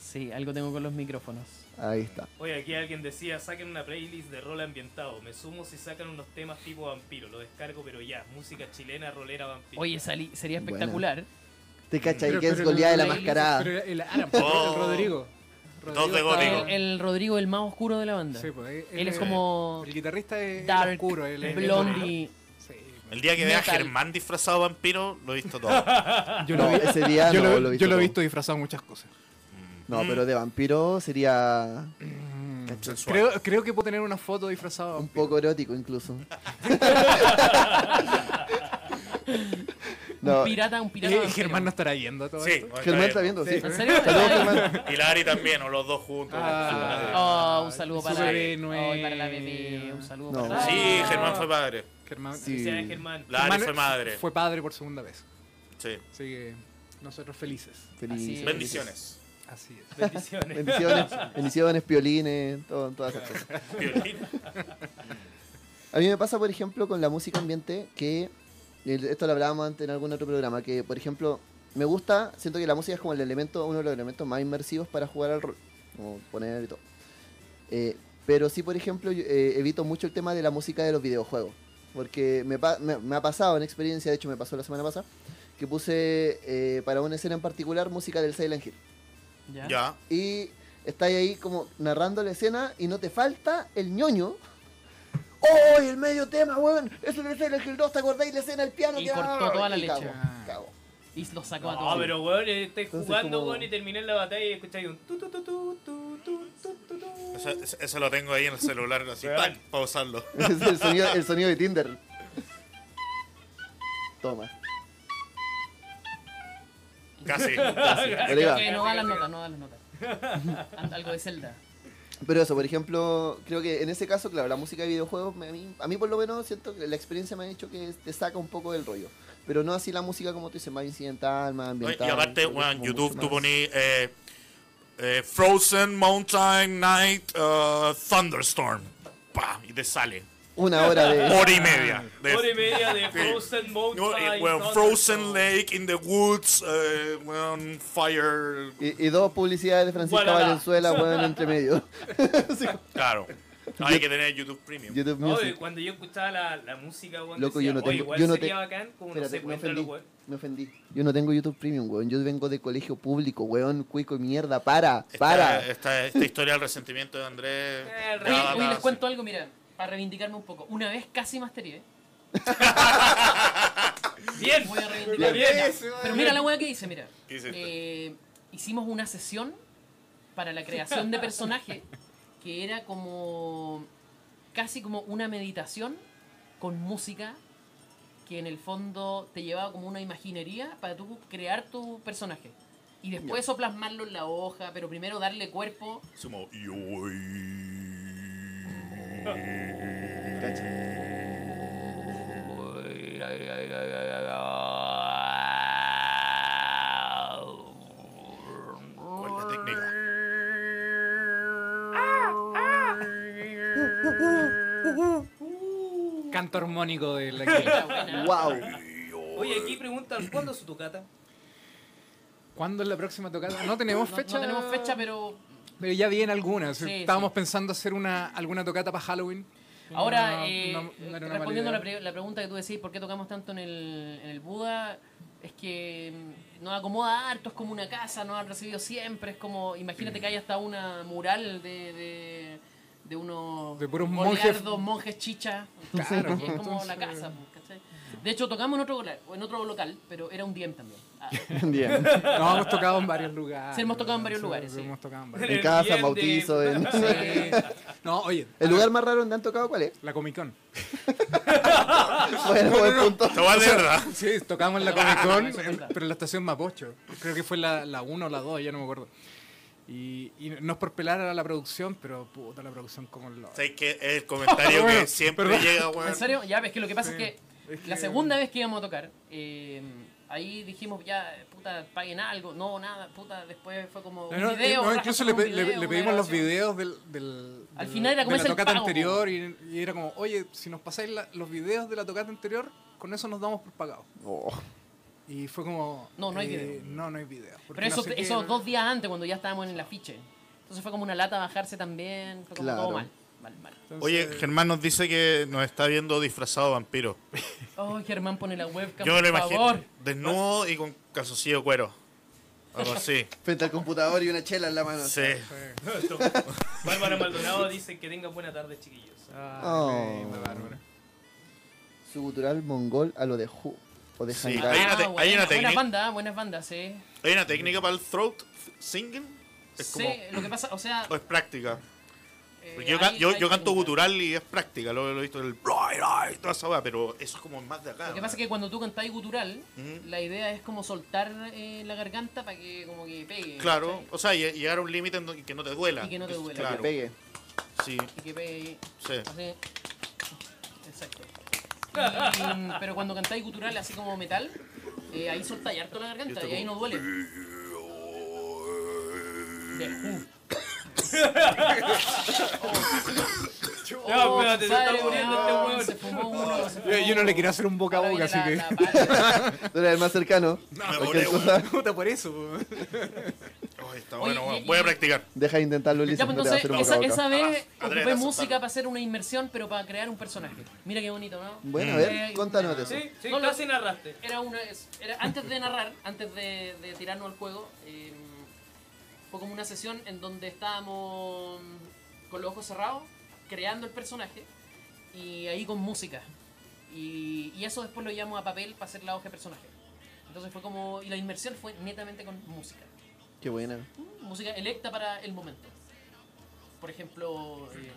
D: Sí, algo tengo con los micrófonos.
A: Ahí está.
B: Oye, aquí alguien decía, saquen una playlist de rol ambientado. Me sumo si sacan unos temas tipo vampiro. Lo descargo, pero ya. Música chilena, rolera, vampiro.
D: Oye, salí- sería
A: Buena.
D: espectacular.
A: ¿Te cachai
E: Pero-
A: que es
E: pero
A: Goliat de
D: el-
A: la
D: el-
A: mascarada?
E: Pero el Aram, por ejemplo, el Rodrigo.
C: Dos Oh. de
E: está-
C: Rodrigo.
D: El, el Rodrigo, el más oscuro de la banda.
E: Sí, pues, él,
D: Él es
E: es-
D: como
E: El guitarrista es
D: Dark,
E: oscuro. Él es-
D: Blondie.
E: Sí.
C: El día que vea a
D: Metal.
C: Germán disfrazado de vampiro, lo he visto todo.
E: Yo
A: No,
E: lo, vi-
A: ese día
E: yo
A: no,
E: lo-
A: lo he
E: yo lo he
A: todo.
E: visto disfrazado de muchas cosas.
A: No, pero de vampiro sería
C: Sensual.
E: Creo, creo que puedo tener una foto disfrazada.
A: un poco erótico incluso. no,
D: un pirata, un pirata.
E: Eh,
D: vampiro.
E: Germán no estará yendo a todo
C: Sí,
E: esto.
A: Germán está viendo, sí.
E: Sí.
D: ¿En serio?
A: Saludos, Germán.
C: Y Larry también, o los dos juntos.
E: Ah.
D: Oh, un saludo para,
E: Súper
D: la-
E: bien,
D: oh, y para la
E: nueva.
D: bebé. Un saludo
A: No.
D: para la
C: Sí,
D: bebé.
C: Germán fue padre.
E: Germán, eh,
A: Sí.
B: Sea Germán.
C: Larry
E: Germán
C: fue madre.
E: Fue padre por segunda vez.
C: Sí.
E: Así que nosotros felices.
A: Feliz-
D: Así es.
C: Bendiciones.
E: Así es.
B: Bendiciones.
A: Bendiciones, bendiciones, piolines, todo, todas esas cosas.
C: Violín.
A: A mí me pasa, por ejemplo, con la música ambiente que, el- esto lo hablábamos antes en algún otro programa, que, por ejemplo, me gusta, siento que la música es como el elemento, uno de los elementos más inmersivos para jugar al rol, como poner y todo. Eh, Pero sí, por ejemplo, yo, eh, evito mucho el tema de la música de los videojuegos. Porque me, pa- me- me ha pasado en experiencia, de hecho me pasó la semana pasada, que puse eh, para una escena en particular música del Silent Hill.
D: ¿Ya?
C: Ya.
A: Y estáis ahí como narrando la escena y no te falta el ñoño. ¡Oh, el medio tema, weón! Es el Silent Hill 2, ¿te acordáis la escena del piano?
D: Y
A: que-
D: cortó toda la
A: y
D: leche.
A: cago, cago.
D: Y los sacó a
B: No,
D: todos.
B: pero weón, estáis
A: Entonces,
B: jugando,
A: como-
B: weón, y termináis la batalla y escucháis un tu tu tu tu tu tu tu tu tu.
C: Ese, ese- ese lo tengo ahí en el celular, así,
B: Weón.
C: para usarlo.
A: Es el sonido, el sonido de Tinder. Toma.
C: Casi.
A: Oliva.
D: Creo que no da las notas, no da las notas. Anda, Algo de Zelda.
A: Pero eso, por ejemplo, creo que en ese caso, claro, la música de videojuegos, me- a mí, a mí por lo menos siento que la experiencia me ha dicho que te saca un poco del rollo. Pero no así la música como tú dices, más incidental, más
C: Oye,
A: ambiental.
C: Y aparte,
A: creo que es
C: weón,
A: como
C: YouTube
A: mucho
C: tú
A: más-
C: poní eh, eh, Frozen Mountain Night uh, Thunderstorm. Pa, y te sale.
A: Una hora de...
C: Hora y media. de-
B: Hora y media de Frozen
C: No, eh,
B: Mountain.
C: weón,
B: Thunderstorm.
C: Frozen Lake in the Woods, eh, weón, Fire.
A: Y, y dos publicidades de Francisca
B: Guarará.
A: Valenzuela, weón, entre medio. Así como,
C: Claro. Hay que tener YouTube Premium.
A: YouTube
B: No, y
A: Music.
B: cuando yo escuchaba la, la música, weón,
A: Loco,
B: decía,
A: yo no
B: "Oye,
A: tengo-
B: igual
A: yo no
B: sería
A: tengo-
B: bacán como no se
A: Espérate, me
B: encuentran
A: ofendí,
B: los weón.
A: me ofendí. Yo no tengo YouTube Premium, weón. Yo vengo de colegio público, weón, cuico y mierda. Para,
C: Esta-
A: para.
C: Esta, esta historia del resentimiento de Andrés.
B: Eh,
C: ya
B: Oye,
D: Oye,
C: da-
D: oye,
C: da-
D: les cuento algo, mira, para reivindicarme un poco. Una vez casi masteré.
B: Bien,
D: Voy a reivindicar.
B: bien, bien.
D: Pero mira la wea que dice, mira.
C: ¿Qué hiciste?
D: Eh, hicimos una sesión para la creación de personaje que era como casi como una meditación con música que en el fondo te llevaba como una imaginería para tú crear tu personaje. Y después eso plasmarlo en la hoja, pero primero darle cuerpo.
C: Sumo. Yoy. ¿Cuál es la técnica?
E: Canto armónico de la que...
D: Era buena.
A: Wow.
B: Oye, aquí preguntan, ¿cuándo es su tocata?
E: ¿Cuándo es la próxima tocada? No tenemos
D: No-
E: fecha.
D: no tenemos fecha, pero
E: Pero ya viene algunas.
D: Sí,
E: Estábamos
D: sí.
E: pensando hacer una, alguna tocata para Halloween.
D: Ahora,
E: No,
D: eh,
E: no- no era una mala
D: respondiendo a
E: idea.
D: la, pre- la pregunta que tú decís, ¿por qué tocamos tanto en el, en el Buda? Es que mm, nos acomoda harto, es como una casa, nos han recibido siempre, es como, imagínate que hay hasta una mural de, de, de unos
E: De puros
D: goleardos,
E: monjes.
D: monjes chichas,
E: Claro,
D: es como la
E: entonces-
D: casa. pues, ¿cachai? De hecho, tocamos en otro, gola- en otro local, pero era un diem también. Ah,
A: Bien.
E: Nos hemos tocado en varios lugares.
D: Sí, hemos tocado en varios lugares, sí.
E: Hemos tocado en
B: En
E: varios.
A: En
B: el
A: casa,
B: bien
A: en
B: de-
A: bautizo, en...
E: No, oye.
A: ¿El lugar más raro donde han tocado cuál es?
E: La Comic Con.
A: Bueno, buen punto.
C: Te voy Ah, de verdad.
E: Sí, tocamos en la
D: Bueno,
E: Comic Con,
D: Ah, eso
E: en-
D: cuenta.
E: pero en la estación Mapocho. Creo que fue la, la 1 o la 2, ya no me acuerdo. Y, y no es por pelar a la producción, pero puta la producción como lo.
C: ¿Sabes qué? Es el comentario
E: Bueno,
C: que siempre
E: perdón.
C: llega, weón.
D: ¿En serio? Ya, es que lo que pasa
E: Sí,
D: es que
E: es
D: la
E: que-
D: segunda vez que íbamos a tocar, eh, ahí dijimos ya, puta, paguen algo, no, nada, puta, después fue como
E: No,
D: un
E: no,
D: video.
E: eh, no,
D: raja,
E: incluso le,
D: sacamos
E: pe-
D: un
E: le-
D: video,
E: le
D: una
E: pedimos los
D: grabación.
E: videos del, del-
D: Al
E: del-
D: final era como
E: de
D: es
E: la
D: el
E: tocata
D: pago,
E: anterior y, y era como, oye, si nos pasáis la- los videos de la tocata anterior, con eso nos damos por pagados.
A: Oh.
E: Y fue como. eh,
D: No, no hay video.
E: No, no hay video. Porque
D: Pero
E: no
D: eso,
E: sé qué-
D: esos dos días antes, cuando ya estábamos en el afiche. Entonces fue como una lata bajarse también, fue como
A: Claro.
D: todo mal. Mal, mal.
E: Entonces,
C: Oye, Germán nos dice que nos está viendo disfrazado de vampiro.
D: Oh, Germán pone la webcam,
C: Yo me lo
D: por favor.
C: imagino. Desnudo y con calzoncillo de cuero. Algo así.
A: Frente al computador y una chela en la mano.
C: Sí.
B: Bárbara Maldonado dice que tengan buena tarde, chiquillos.
D: Ah,
E: Ay,
A: Oh.
E: linda Bárbara.
A: Su gutural mongol a lo de Who o de
C: Sí.
A: Hangar.
C: Hay una te- hay
D: Ah, buena,
C: una técnica.
D: buenas bandas, buenas bandas, sí.
C: ¿Hay una técnica para el throat singing? Es
D: Sí,
C: como.
D: lo que pasa, o sea...
C: o es práctica.
D: eh,
C: Porque yo, ca-
D: hay-
C: yo,
D: hay
C: yo canto
D: técnicas.
C: gutural y es práctica, lo, lo he visto en el. y toda esa weá, pero eso es como más de acá.
D: Lo que pasa es que cuando tú cantáis gutural,
C: Ujú.
D: la idea es como soltar eh, la garganta para que como que pegue.
C: Claro,
D: ¿cachai?
C: o sea, lle- llegar a un límite en donde- que no te duela.
D: Y que no te
C: Es-
D: duela.
A: Que
C: Claro,
A: pegue.
C: sí,
D: Y que pegue
C: sí.
D: así. Exacto. Y, mm, pero cuando cantáis gutural así como metal, eh, ahí soltáis harto la
C: Yo
D: garganta
C: estoy
D: y ahí no duele. De- Oh,
B: Ya, espérate, se está
D: compadre,
B: muriendo este
D: weón,
B: hueón.
D: Se fumó uno, se
E: Yo,
D: fumó
E: yo no le
D: uno.
E: quiero hacer un boca a
D: Ahora
E: boca,
D: viene la-
E: así que.
D: la pala.
A: Tú eres el más cercano.
C: No, me
A: Cualquier
C: volé,
A: cosa.
E: Puta, por eso. po.
C: weón. Ay, está
D: Oye,
C: bueno, bueno.
D: y-
C: Voy a
D: y-
C: practicar.
A: Deja de intentarlo, Ulises,
D: Ya, pues,
A: no te va a
D: entonces,
A: hacer un
D: esa,
A: boca a boca.
D: esa vez
C: Ah, Adriana
D: ocupé
C: Santana.
D: música para hacer una inmersión, pero para crear un personaje. Mira qué bonito, ¿no?
A: Bueno, a
D: Eh,
A: ver, contanos de eso.
B: Sí, sí,
D: No, no.
B: casi narraste.
D: Era una, es- era antes de narrar, antes de, de tirarnos al juego, eh, fue como una sesión en donde estábamos mm, con los ojos cerrados, creando el personaje, y ahí con música. Y, y eso después lo llevamos a papel para hacer la hoja de personaje. Entonces fue como, y la inmersión fue netamente con música.
A: Qué buena.
D: música electa para el momento. Por ejemplo, eh,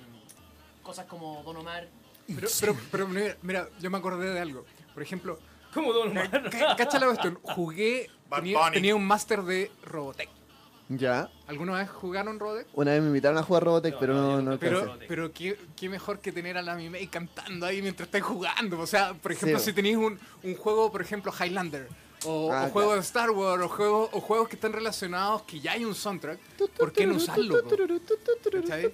D: cosas como Don Omar.
E: Pero, pero, pero mira, mira, yo me acordé de algo. Por ejemplo,
B: ¿Cómo Don Omar?
E: ca- cacha la cuestión. Jugué,
C: Bad
E: tenía,
C: Bunny.
E: tenía un máster de Robotech.
A: Ya.
E: ¿Alguna vez jugaron Robotech?
A: Una vez me invitaron a jugar Robotech,
B: No,
A: pero
B: no,
A: no,
B: yo
A: no
B: nunca-
A: alcancé.
E: Pero, pero qué, qué mejor que tener a la Mimei cantando ahí mientras estás jugando. O sea, por ejemplo,
A: Sí.
E: si tenéis un, un juego, por ejemplo, Highlander, o,
A: Ah,
E: o juegos
A: claro.
E: de Star Wars, o, juegos o juegos que están relacionados, que ya hay un soundtrack, ¿por qué no usarlo? po? ¿Cachai?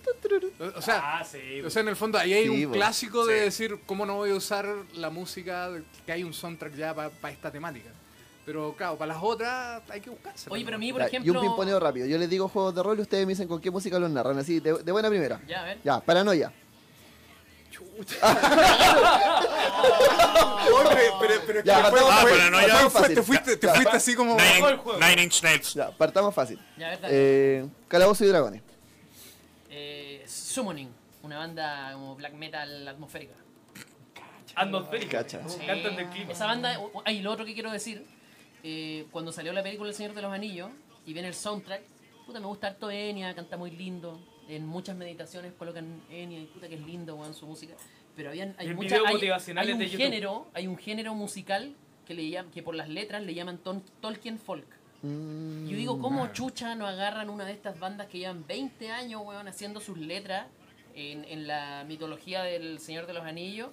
E: O- O sea,
B: ah, sí.
E: o sea, en el fondo ahí hay
A: Sí,
E: un
A: po.
E: clásico de
C: Sí.
E: decir, ¿cómo no voy a usar la música de- que hay un soundtrack ya para esta temática? Pero claro, para las otras hay que buscarse.
D: Oye, pero a mí, por
A: Ya, Y un pimponeo
D: ejemplo.
A: rápido. Yo les digo juegos de rol y ustedes me dicen con qué música los narran. Así, de, de buena primera.
D: Ya, a ver.
A: Ya, paranoia. Ya, partamos
C: Ah,
A: fácil.
C: Paranoia.
A: partamos
E: Fue-
A: fácil.
E: te fuiste, te
A: Ya,
E: fuiste así como...
B: Acabó el
C: Nine,
B: juego.
C: Nine Inch Nails.
A: Ya, partamos fácil.
D: Ya, a ver, dale.
A: Eh, Calabozo y Dragones.
D: Eh, Summoning, una banda como black metal atmosférica.
B: Atmosférico.
A: Cacha.
B: Como
D: Sí.
B: Cantan del clima.
D: Esa banda. o- o- Ah, y lo otro que quiero decir. eh, cuando salió la película El Señor de los Anillos y viene el soundtrack, puta, me gusta harto Enya, canta muy lindo. En muchas meditaciones colocan Enya y puta que es lindo, weón, su música. Pero habían, hay
B: El
D: muchas-
B: video
D: hay-
B: motivacionales
D: hay un
B: de YouTube.
D: género, hay un género musical que, le llam- que por las letras le llaman ton- Tolkien Folk.
A: Mm,
D: Yo digo, ¿cómo chucha no agarran una de estas bandas que llevan 20 años, weón, haciendo sus letras en, en la mitología del Señor de los Anillos?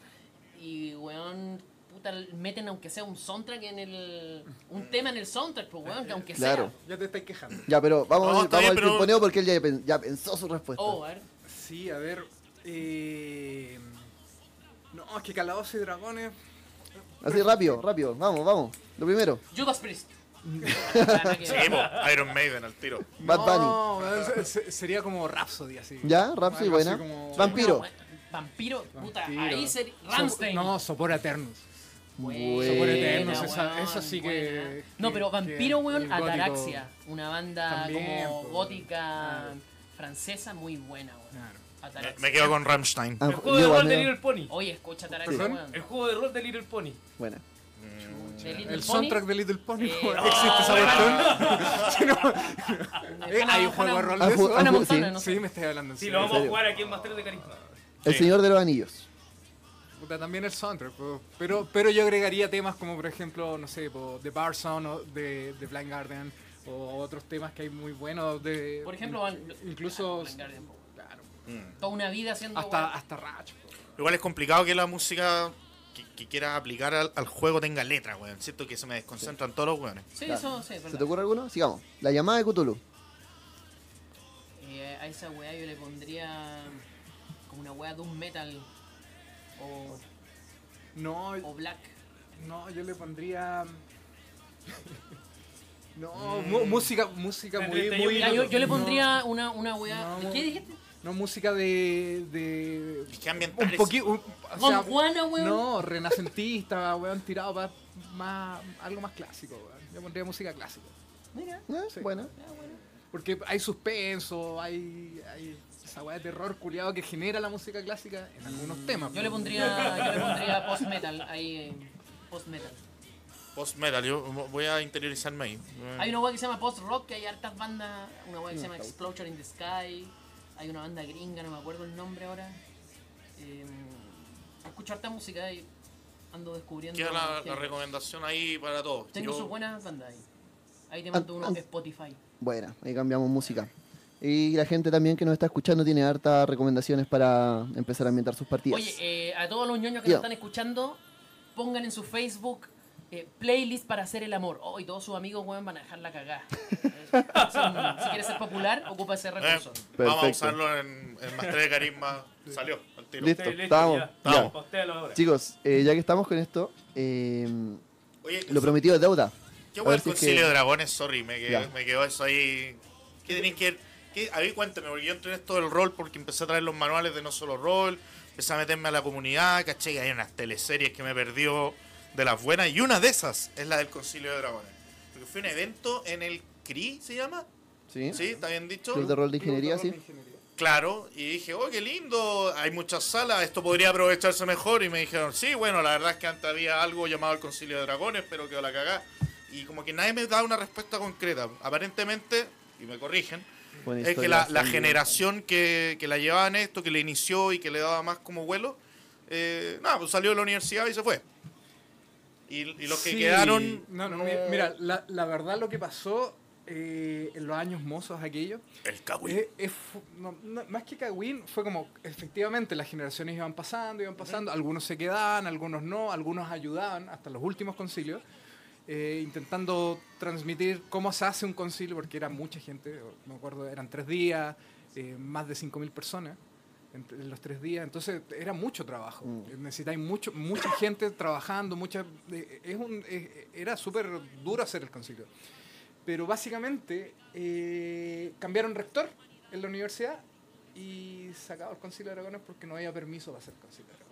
D: Y, weón, puta, meten aunque sea un soundtrack en el... Un tema en el soundtrack, pues, weón, que aunque
A: Claro.
D: sea.
E: Ya te estáis quejando.
A: Ya, pero vamos,
C: No,
A: vamos
C: está bien,
A: al
C: pero-
A: pimponeo porque él ya, pen- ya pensó su respuesta.
D: Oh, a ver.
E: Sí, a ver. eh, No, es que Calabozos y Dragones.
A: Así, rápido, rápido. Vamos, vamos. Lo primero.
D: Judas Priest. Nada que
C: Sí,
D: ver.
C: po, Iron Maiden al tiro.
A: Bad Bunny.
E: No, weón, se- se- sería como Rhapsody así.
A: Ya, Rhapsody,
E: Algo así
A: buena.
E: como-
A: Vampiro.
D: No, weón, Vampiro, puta,
E: Vampiro.
D: ahí sería...
E: Sopo-
D: Rammstein.
E: No, Sopor Eternus.
A: Buena,
D: Buena,
E: Sopor Eternos, esa-
D: weón,
E: esa sí que-
D: buena. No,
E: que-
D: pero Vampiro,
E: que
D: weón,
E: el gótico-
D: Ataraxia. Una banda
E: También,
D: como
E: po,
D: gótica
E: claro. Ah.
D: francesa muy buena, weón.
E: Claro.
C: Me,
D: Ataraxia.
C: me quedo con Rammstein.
A: Ah,
B: El juego
A: yo
B: de
A: igual
B: rol
A: me-
B: de Little Pony.
D: Oye, escucha Ataraxia,
E: ¿Perdón?
D: weón.
B: El juego de rol de Little Pony.
A: Buena.
D: De Little
E: El
D: Pony.
E: soundtrack de Little Pony.
D: Eh,
E: weón,
D: oh,
E: Existe esa cuestión.
D: de
E: Eh,
D: Hannah-
E: Hay un juego de
D: Hannah-
E: rol
A: Ah,
E: de
A: ju-
E: eso.
A: ah,
D: Hannah
A: ju-
D: Montana,
A: sí.
D: no sé.
E: Sí, me estáis hablando. en
B: Sí,
E: serio.
B: lo vamos a
A: serio.
B: jugar aquí en Master de Carisma.
A: El
C: Sí.
A: Señor de los Anillos.
E: Puta, También el soundtrack. po. Pero, pero yo agregaría temas como, por ejemplo, no sé, po, The Bar Sound o de, de Blind Guardian o otros temas que hay muy buenos. De,
D: Por ejemplo, Van-
E: incluso.
D: Blind Guardian, po.
E: Claro.
D: Toda una vida haciendo.
E: Hasta,
D: weón.
E: hasta Ratch. po.
C: Igual es complicado que la música que, que quieras aplicar al, al juego tenga letra, weón. Siento que se me desconcentran todos los weones.
D: Sí,
A: Claro.
D: eso, sí,
A: ¿Se
D: es
A: te
D: verdad.
A: ocurre alguno? Sigamos. La llamada de Cthulhu.
D: Eh, a esa weá yo le pondría mm, como una weá Doom Metal o,
E: No,
D: o Black.
E: no, yo le pondría. No, mu-
D: Mm.
E: música, música muy, muy.
D: Ya, yo, yo le
E: no,
D: pondría una, una weá.
E: No.
D: ¿Qué dijiste?
E: No, música de. de
C: Es que ambiental
E: un poquito. O sea,
D: Gondwana, weón.
E: no, renacentista, weón, tirado para más, algo más clásico, weón. Yo pondría música clásica.
D: Mira,
A: Eh,
E: Sí.
A: Buena.
D: ah, bueno.
E: Porque hay suspenso, hay, hay esa weá de terror culiado que genera la música clásica en algunos temas.
D: Mm, Yo le
E: po.
D: pondría, yo le pondría post metal, ahí eh, post metal.
C: Post metal, yo mo- voy a interiorizarme ahí.
D: Hay una web que se llama post rock que hay hartas bandas, una web que se llama
A: está
D: Explosion in the Sky, hay una banda gringa, no me acuerdo el nombre ahora. Eh, escucho harta música y ando descubriendo.
C: Queda la, la
D: géneros.
C: recomendación ahí para todos.
D: Tengo
C: Yo-
D: sus buenas bandas ahí. Ahí te mando
A: An-
D: uno
A: an-
D: de Spotify.
A: Buena. Ahí cambiamos música. Y la gente también que nos está escuchando tiene hartas recomendaciones para empezar a ambientar sus partidas.
D: Oye, eh, a todos los ñoños que
A: Yo.
D: nos están escuchando, pongan en su Facebook eh, playlist para hacer el amor. Oh, y todos sus amigos weón, van a dejar la cagada. Son- si quieres ser popular, ocupa ese
C: Eh,
D: recurso.
C: vamos a
A: Perfecto.
C: usarlo en, en Master de Carisma. Salió al tiro.
A: Listo,
B: Ustedes,
A: estamos,
B: ya.
C: estamos.
B: Ya, postéalo ahora.
A: Chicos, eh, ya que estamos con esto, eh,
C: Oye,
A: lo prometido es deuda.
C: ¿Qué
A: A
C: hueá
A: ver
C: el
A: si es
C: Concilio
A: que-
C: de Dragones? Sorry, me quedó,
A: Ya.
C: me quedó eso ahí. ¿Qué tenéis que ver? ¿Qué? A mí cuéntame, porque yo entré en esto del rol porque empecé a traer los manuales de no solo rol, empecé a meterme a la comunidad, caché que hay unas teleseries que me perdió de las buenas y una de esas es la del Concilio de Dragones. Porque fue un evento en el CRI, ¿se llama?
A: ¿Sí?
C: ¿Sí? ¿Está bien dicho?
A: Club de rol de ingeniería, sí.
C: Claro, y dije, oh, qué lindo, hay muchas salas, esto podría aprovecharse mejor. Y me dijeron, sí, bueno, la verdad es que antes había algo llamado el Concilio de Dragones, pero quedó la cagá. Y como que nadie me da una respuesta concreta. Aparentemente, y me corrigen,
A: Buena
C: es que
A: historia,
C: la, la
A: sí.
C: generación que, que la llevaba en esto, que le inició y que le daba más como vuelo, eh, nada, pues salió de la universidad y se fue. Y, y los que
E: Sí,
C: quedaron...
E: No, no, mi- mira, la, la verdad lo que pasó eh, en los años mozos aquellos,
C: El cagüí.
E: es- es Eh, fu- no, no, más que Cagüín, fue como, efectivamente, las generaciones iban pasando, iban pasando, algunos se quedaban, algunos no, algunos ayudaban, hasta los últimos concilios, eh, intentando transmitir cómo se hace un concilio, porque era mucha gente, o- me acuerdo, eran tres días, eh, más de 5.000 personas en, en los tres días, entonces era mucho trabajo,
A: Mm.
E: necesitáis mucho, mucha gente trabajando, mucha, eh, es un, eh, era súper duro hacer el concilio pero básicamente eh, cambiaron rector en la universidad y sacaba el concilio de Aragones porque no había permiso para hacer concilio de Aragones.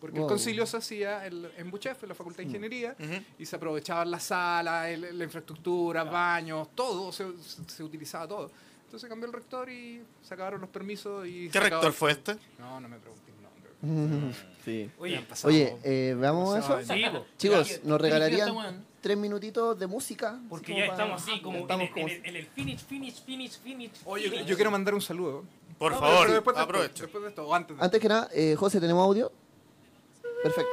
E: Porque
A: Wow. Mm.
E: el concilio se hacía en, en Buchef, en la Facultad de Ingeniería,
C: Ujú.
E: y se aprovechaban las salas, el- la infraestructura, baños, todo, se, se utilizaba todo. Entonces cambió el rector y se acabaron los permisos y... se
C: ¿Qué
E: acabó-
C: rector fue este?
E: No, no me preguntes el nombre.
A: Sí.
B: Oye,
A: Oye, eh, veamos
E: Pasado.
A: eso.
E: Sí.
B: sí, po.
A: Chicos, nos
D: Esta
A: regalarían
D: weón.
A: tres minutitos de música.
B: porque
A: así
B: ya
A: como para-
B: estamos así, como,
A: estamos
B: en, el,
A: como-
B: en el- en el finish, finish, finish, finish.
E: Oye,
B: finish.
E: yo quiero mandar un saludo.
C: Por
E: No, pero- pero
C: favor,
E: después de esto,
C: aprovecho.
E: después de esto, o antes de
A: Antes que nada, eh, José, ¿tenemos audio? Perfecto.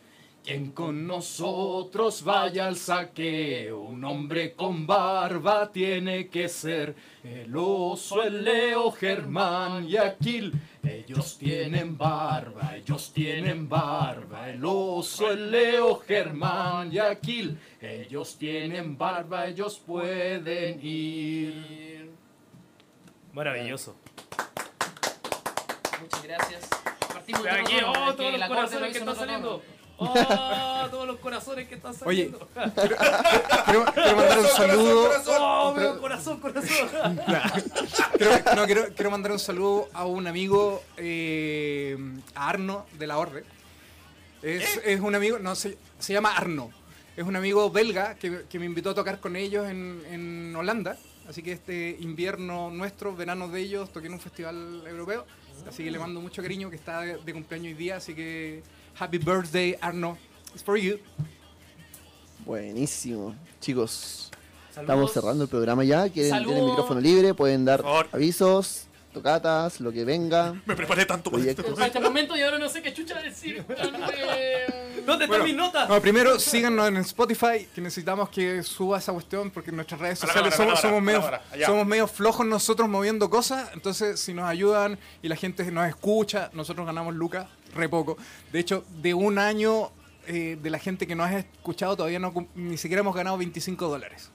E: Quien con nosotros vaya al saqueo, un hombre con barba tiene que ser el oso, el leo, Germán y Aquil. Ellos tienen barba, ellos tienen barba, el oso, el leo, Germán y Aquil. Ellos tienen barba, ellos pueden ir.
B: Maravilloso.
D: Muchas gracias. Partimos de
B: Pero aquí,
D: tono,
B: oh,
D: es
B: todos
D: el
B: los
D: acorde lo
B: corazones que
D: hizo
B: están
D: otro
B: saliendo. Oh, todos los corazones que están
E: Oye.
B: saliendo.
E: Quiero, mandar un saludo.
B: Oh, veo corazón, corazón.
E: Quiero, no, quiero, quiero mandar un saludo a un amigo, eh, a Arno de la Orde. Es, es un amigo, no, se, se llama Arno. Es un amigo belga que, que me invitó a tocar con ellos en, en Holanda. Así que este invierno nuestro, verano de ellos, toqué en un festival europeo. Así que le mando mucho cariño, que está de, de cumpleaños hoy día. Así que, happy birthday, Arno. It's for you.
A: Buenísimo. Chicos,
B: Saludos.
A: estamos cerrando el programa ya. Quieren,
D: Saludos.
A: tienen micrófono libre, pueden dar
C: Por favor.
A: avisos, tocatas, lo que venga.
C: Me preparé tanto para esto.
A: Proyectos.
D: Hasta este momento y ahora no sé qué chucha decir. weón, eh,
B: ¿Dónde
E: Bueno,
B: están mis notas?
E: No, primero síganos en Spotify, que necesitamos que suba esa cuestión, porque en nuestras redes
C: A la
E: sociales
C: cámara,
E: somos,
C: a la
E: somos
C: cámara,
E: medio,
C: a la cámara, allá.
E: somos medio flojos nosotros moviendo cosas, entonces si nos ayudan y la gente nos escucha, nosotros ganamos lucas, re poco. De hecho, de un año eh, de la gente que nos ha escuchado, todavía no, cum- ni siquiera hemos ganado 25 dólares.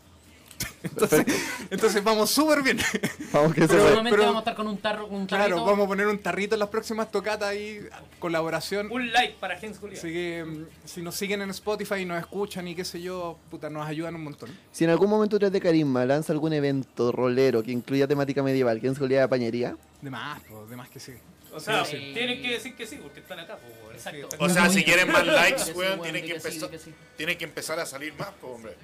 E: Entonces, entonces vamos súper bien.
A: Vamos que se fue.
E: Pero-
D: Próximamente
E: pero-
D: vamos a estar con un tarro, un tarrito.
E: Claro, vamos a poner un tarrito en las próximas tocatas y colaboración.
B: Un like para Gens Julián.
E: Así que mm, si nos siguen en Spotify y nos escuchan y qué sé yo, puta, nos ayudan un montón.
A: Si en algún momento eres de carisma, lanza algún evento rolero que incluya temática medieval, que es de pañería.
E: De más, po, de más que sí.
B: O sea,
D: Sí, sí.
B: tienen que decir que sí porque están acá. po, weón.
D: Exacto.
C: O sea, si quieren más
D: Di que
C: likes,
D: sí,
C: weón,
D: weón,
C: tienen
D: di
C: que,
D: que sí,
C: empezar,
D: di que sí.
C: tienen que empezar a salir más, pues, hombre.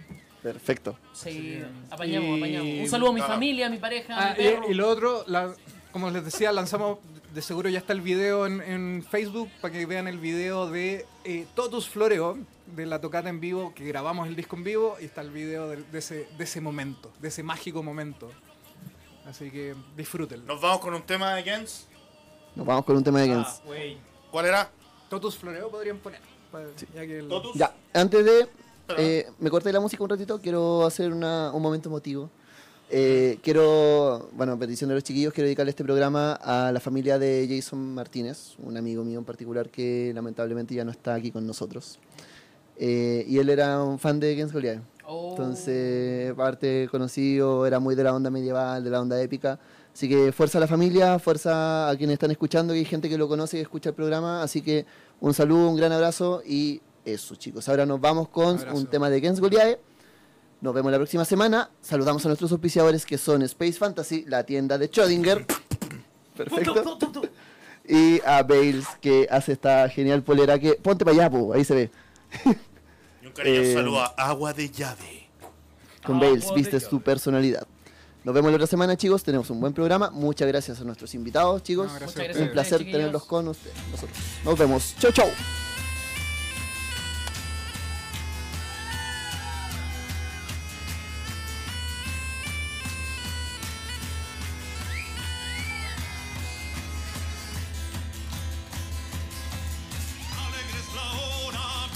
A: Perfecto.
D: Sí, apañamos,
E: Y-
D: apañamos. Un saludo a mi
C: Ah.
D: familia, a mi pareja, a
E: Ah,
D: mi perro.
E: y, y lo otro, la- como les decía, lanzamos, de seguro ya está el video en, en Facebook para que vean el video de eh, Totus Floreo, de la tocata en vivo, que grabamos el disco en vivo, y está el video del- de, ese, de ese momento, de ese mágico momento. Así que disfrútenlo.
C: Nos vamos con un tema de Gens.
A: Nos vamos con un tema de Gens.
B: Ah, wey.
C: ¿Cuál era?
E: Totus Floreo podrían poner. pa- Mm. ya que el-
C: ¿Totus?
A: Ya, antes de.
C: Perdón.
A: eh, me corté la música un ratito, quiero hacer una- un momento emotivo. Eh, quiero, bueno, a petición de los chiquillos, quiero dedicarle este programa a la familia de Jason Martínez, un amigo mío en particular que lamentablemente ya no está aquí con nosotros. Eh, y él era un fan de Gens Goliath.
D: Oh.
A: Entonces, parte conocido, era muy de la onda medieval, de la onda épica. Así que fuerza a la familia, fuerza a quienes están escuchando, que hay gente que lo conoce y escucha el programa. Así que un saludo, un gran abrazo y eso, chicos. Ahora nos vamos con
E: Abrazo.
A: un tema de Gens Goliae. Nos vemos la próxima semana. Saludamos a nuestros auspiciadores que son Space Fantasy, la tienda de Schrödinger. Perfecto. Y a Bales, que hace esta genial polera que. Ponte para allá, po, ahí se ve.
C: Y un cariñoso
A: Eh,
C: saludo a Agua de Llave.
A: Con
B: Ah,
A: Bales,
B: pobre
A: vistes
B: yo.
A: tu personalidad. Nos vemos la otra semana, chicos. Tenemos un buen programa. Muchas gracias a nuestros invitados, chicos.
E: No, gracias
D: Muchas gracias a
A: un
D: ustedes,
A: placer
D: chiquillos.
A: tenerlos con ustedes. Nosotros. Nos vemos. Chau, chau.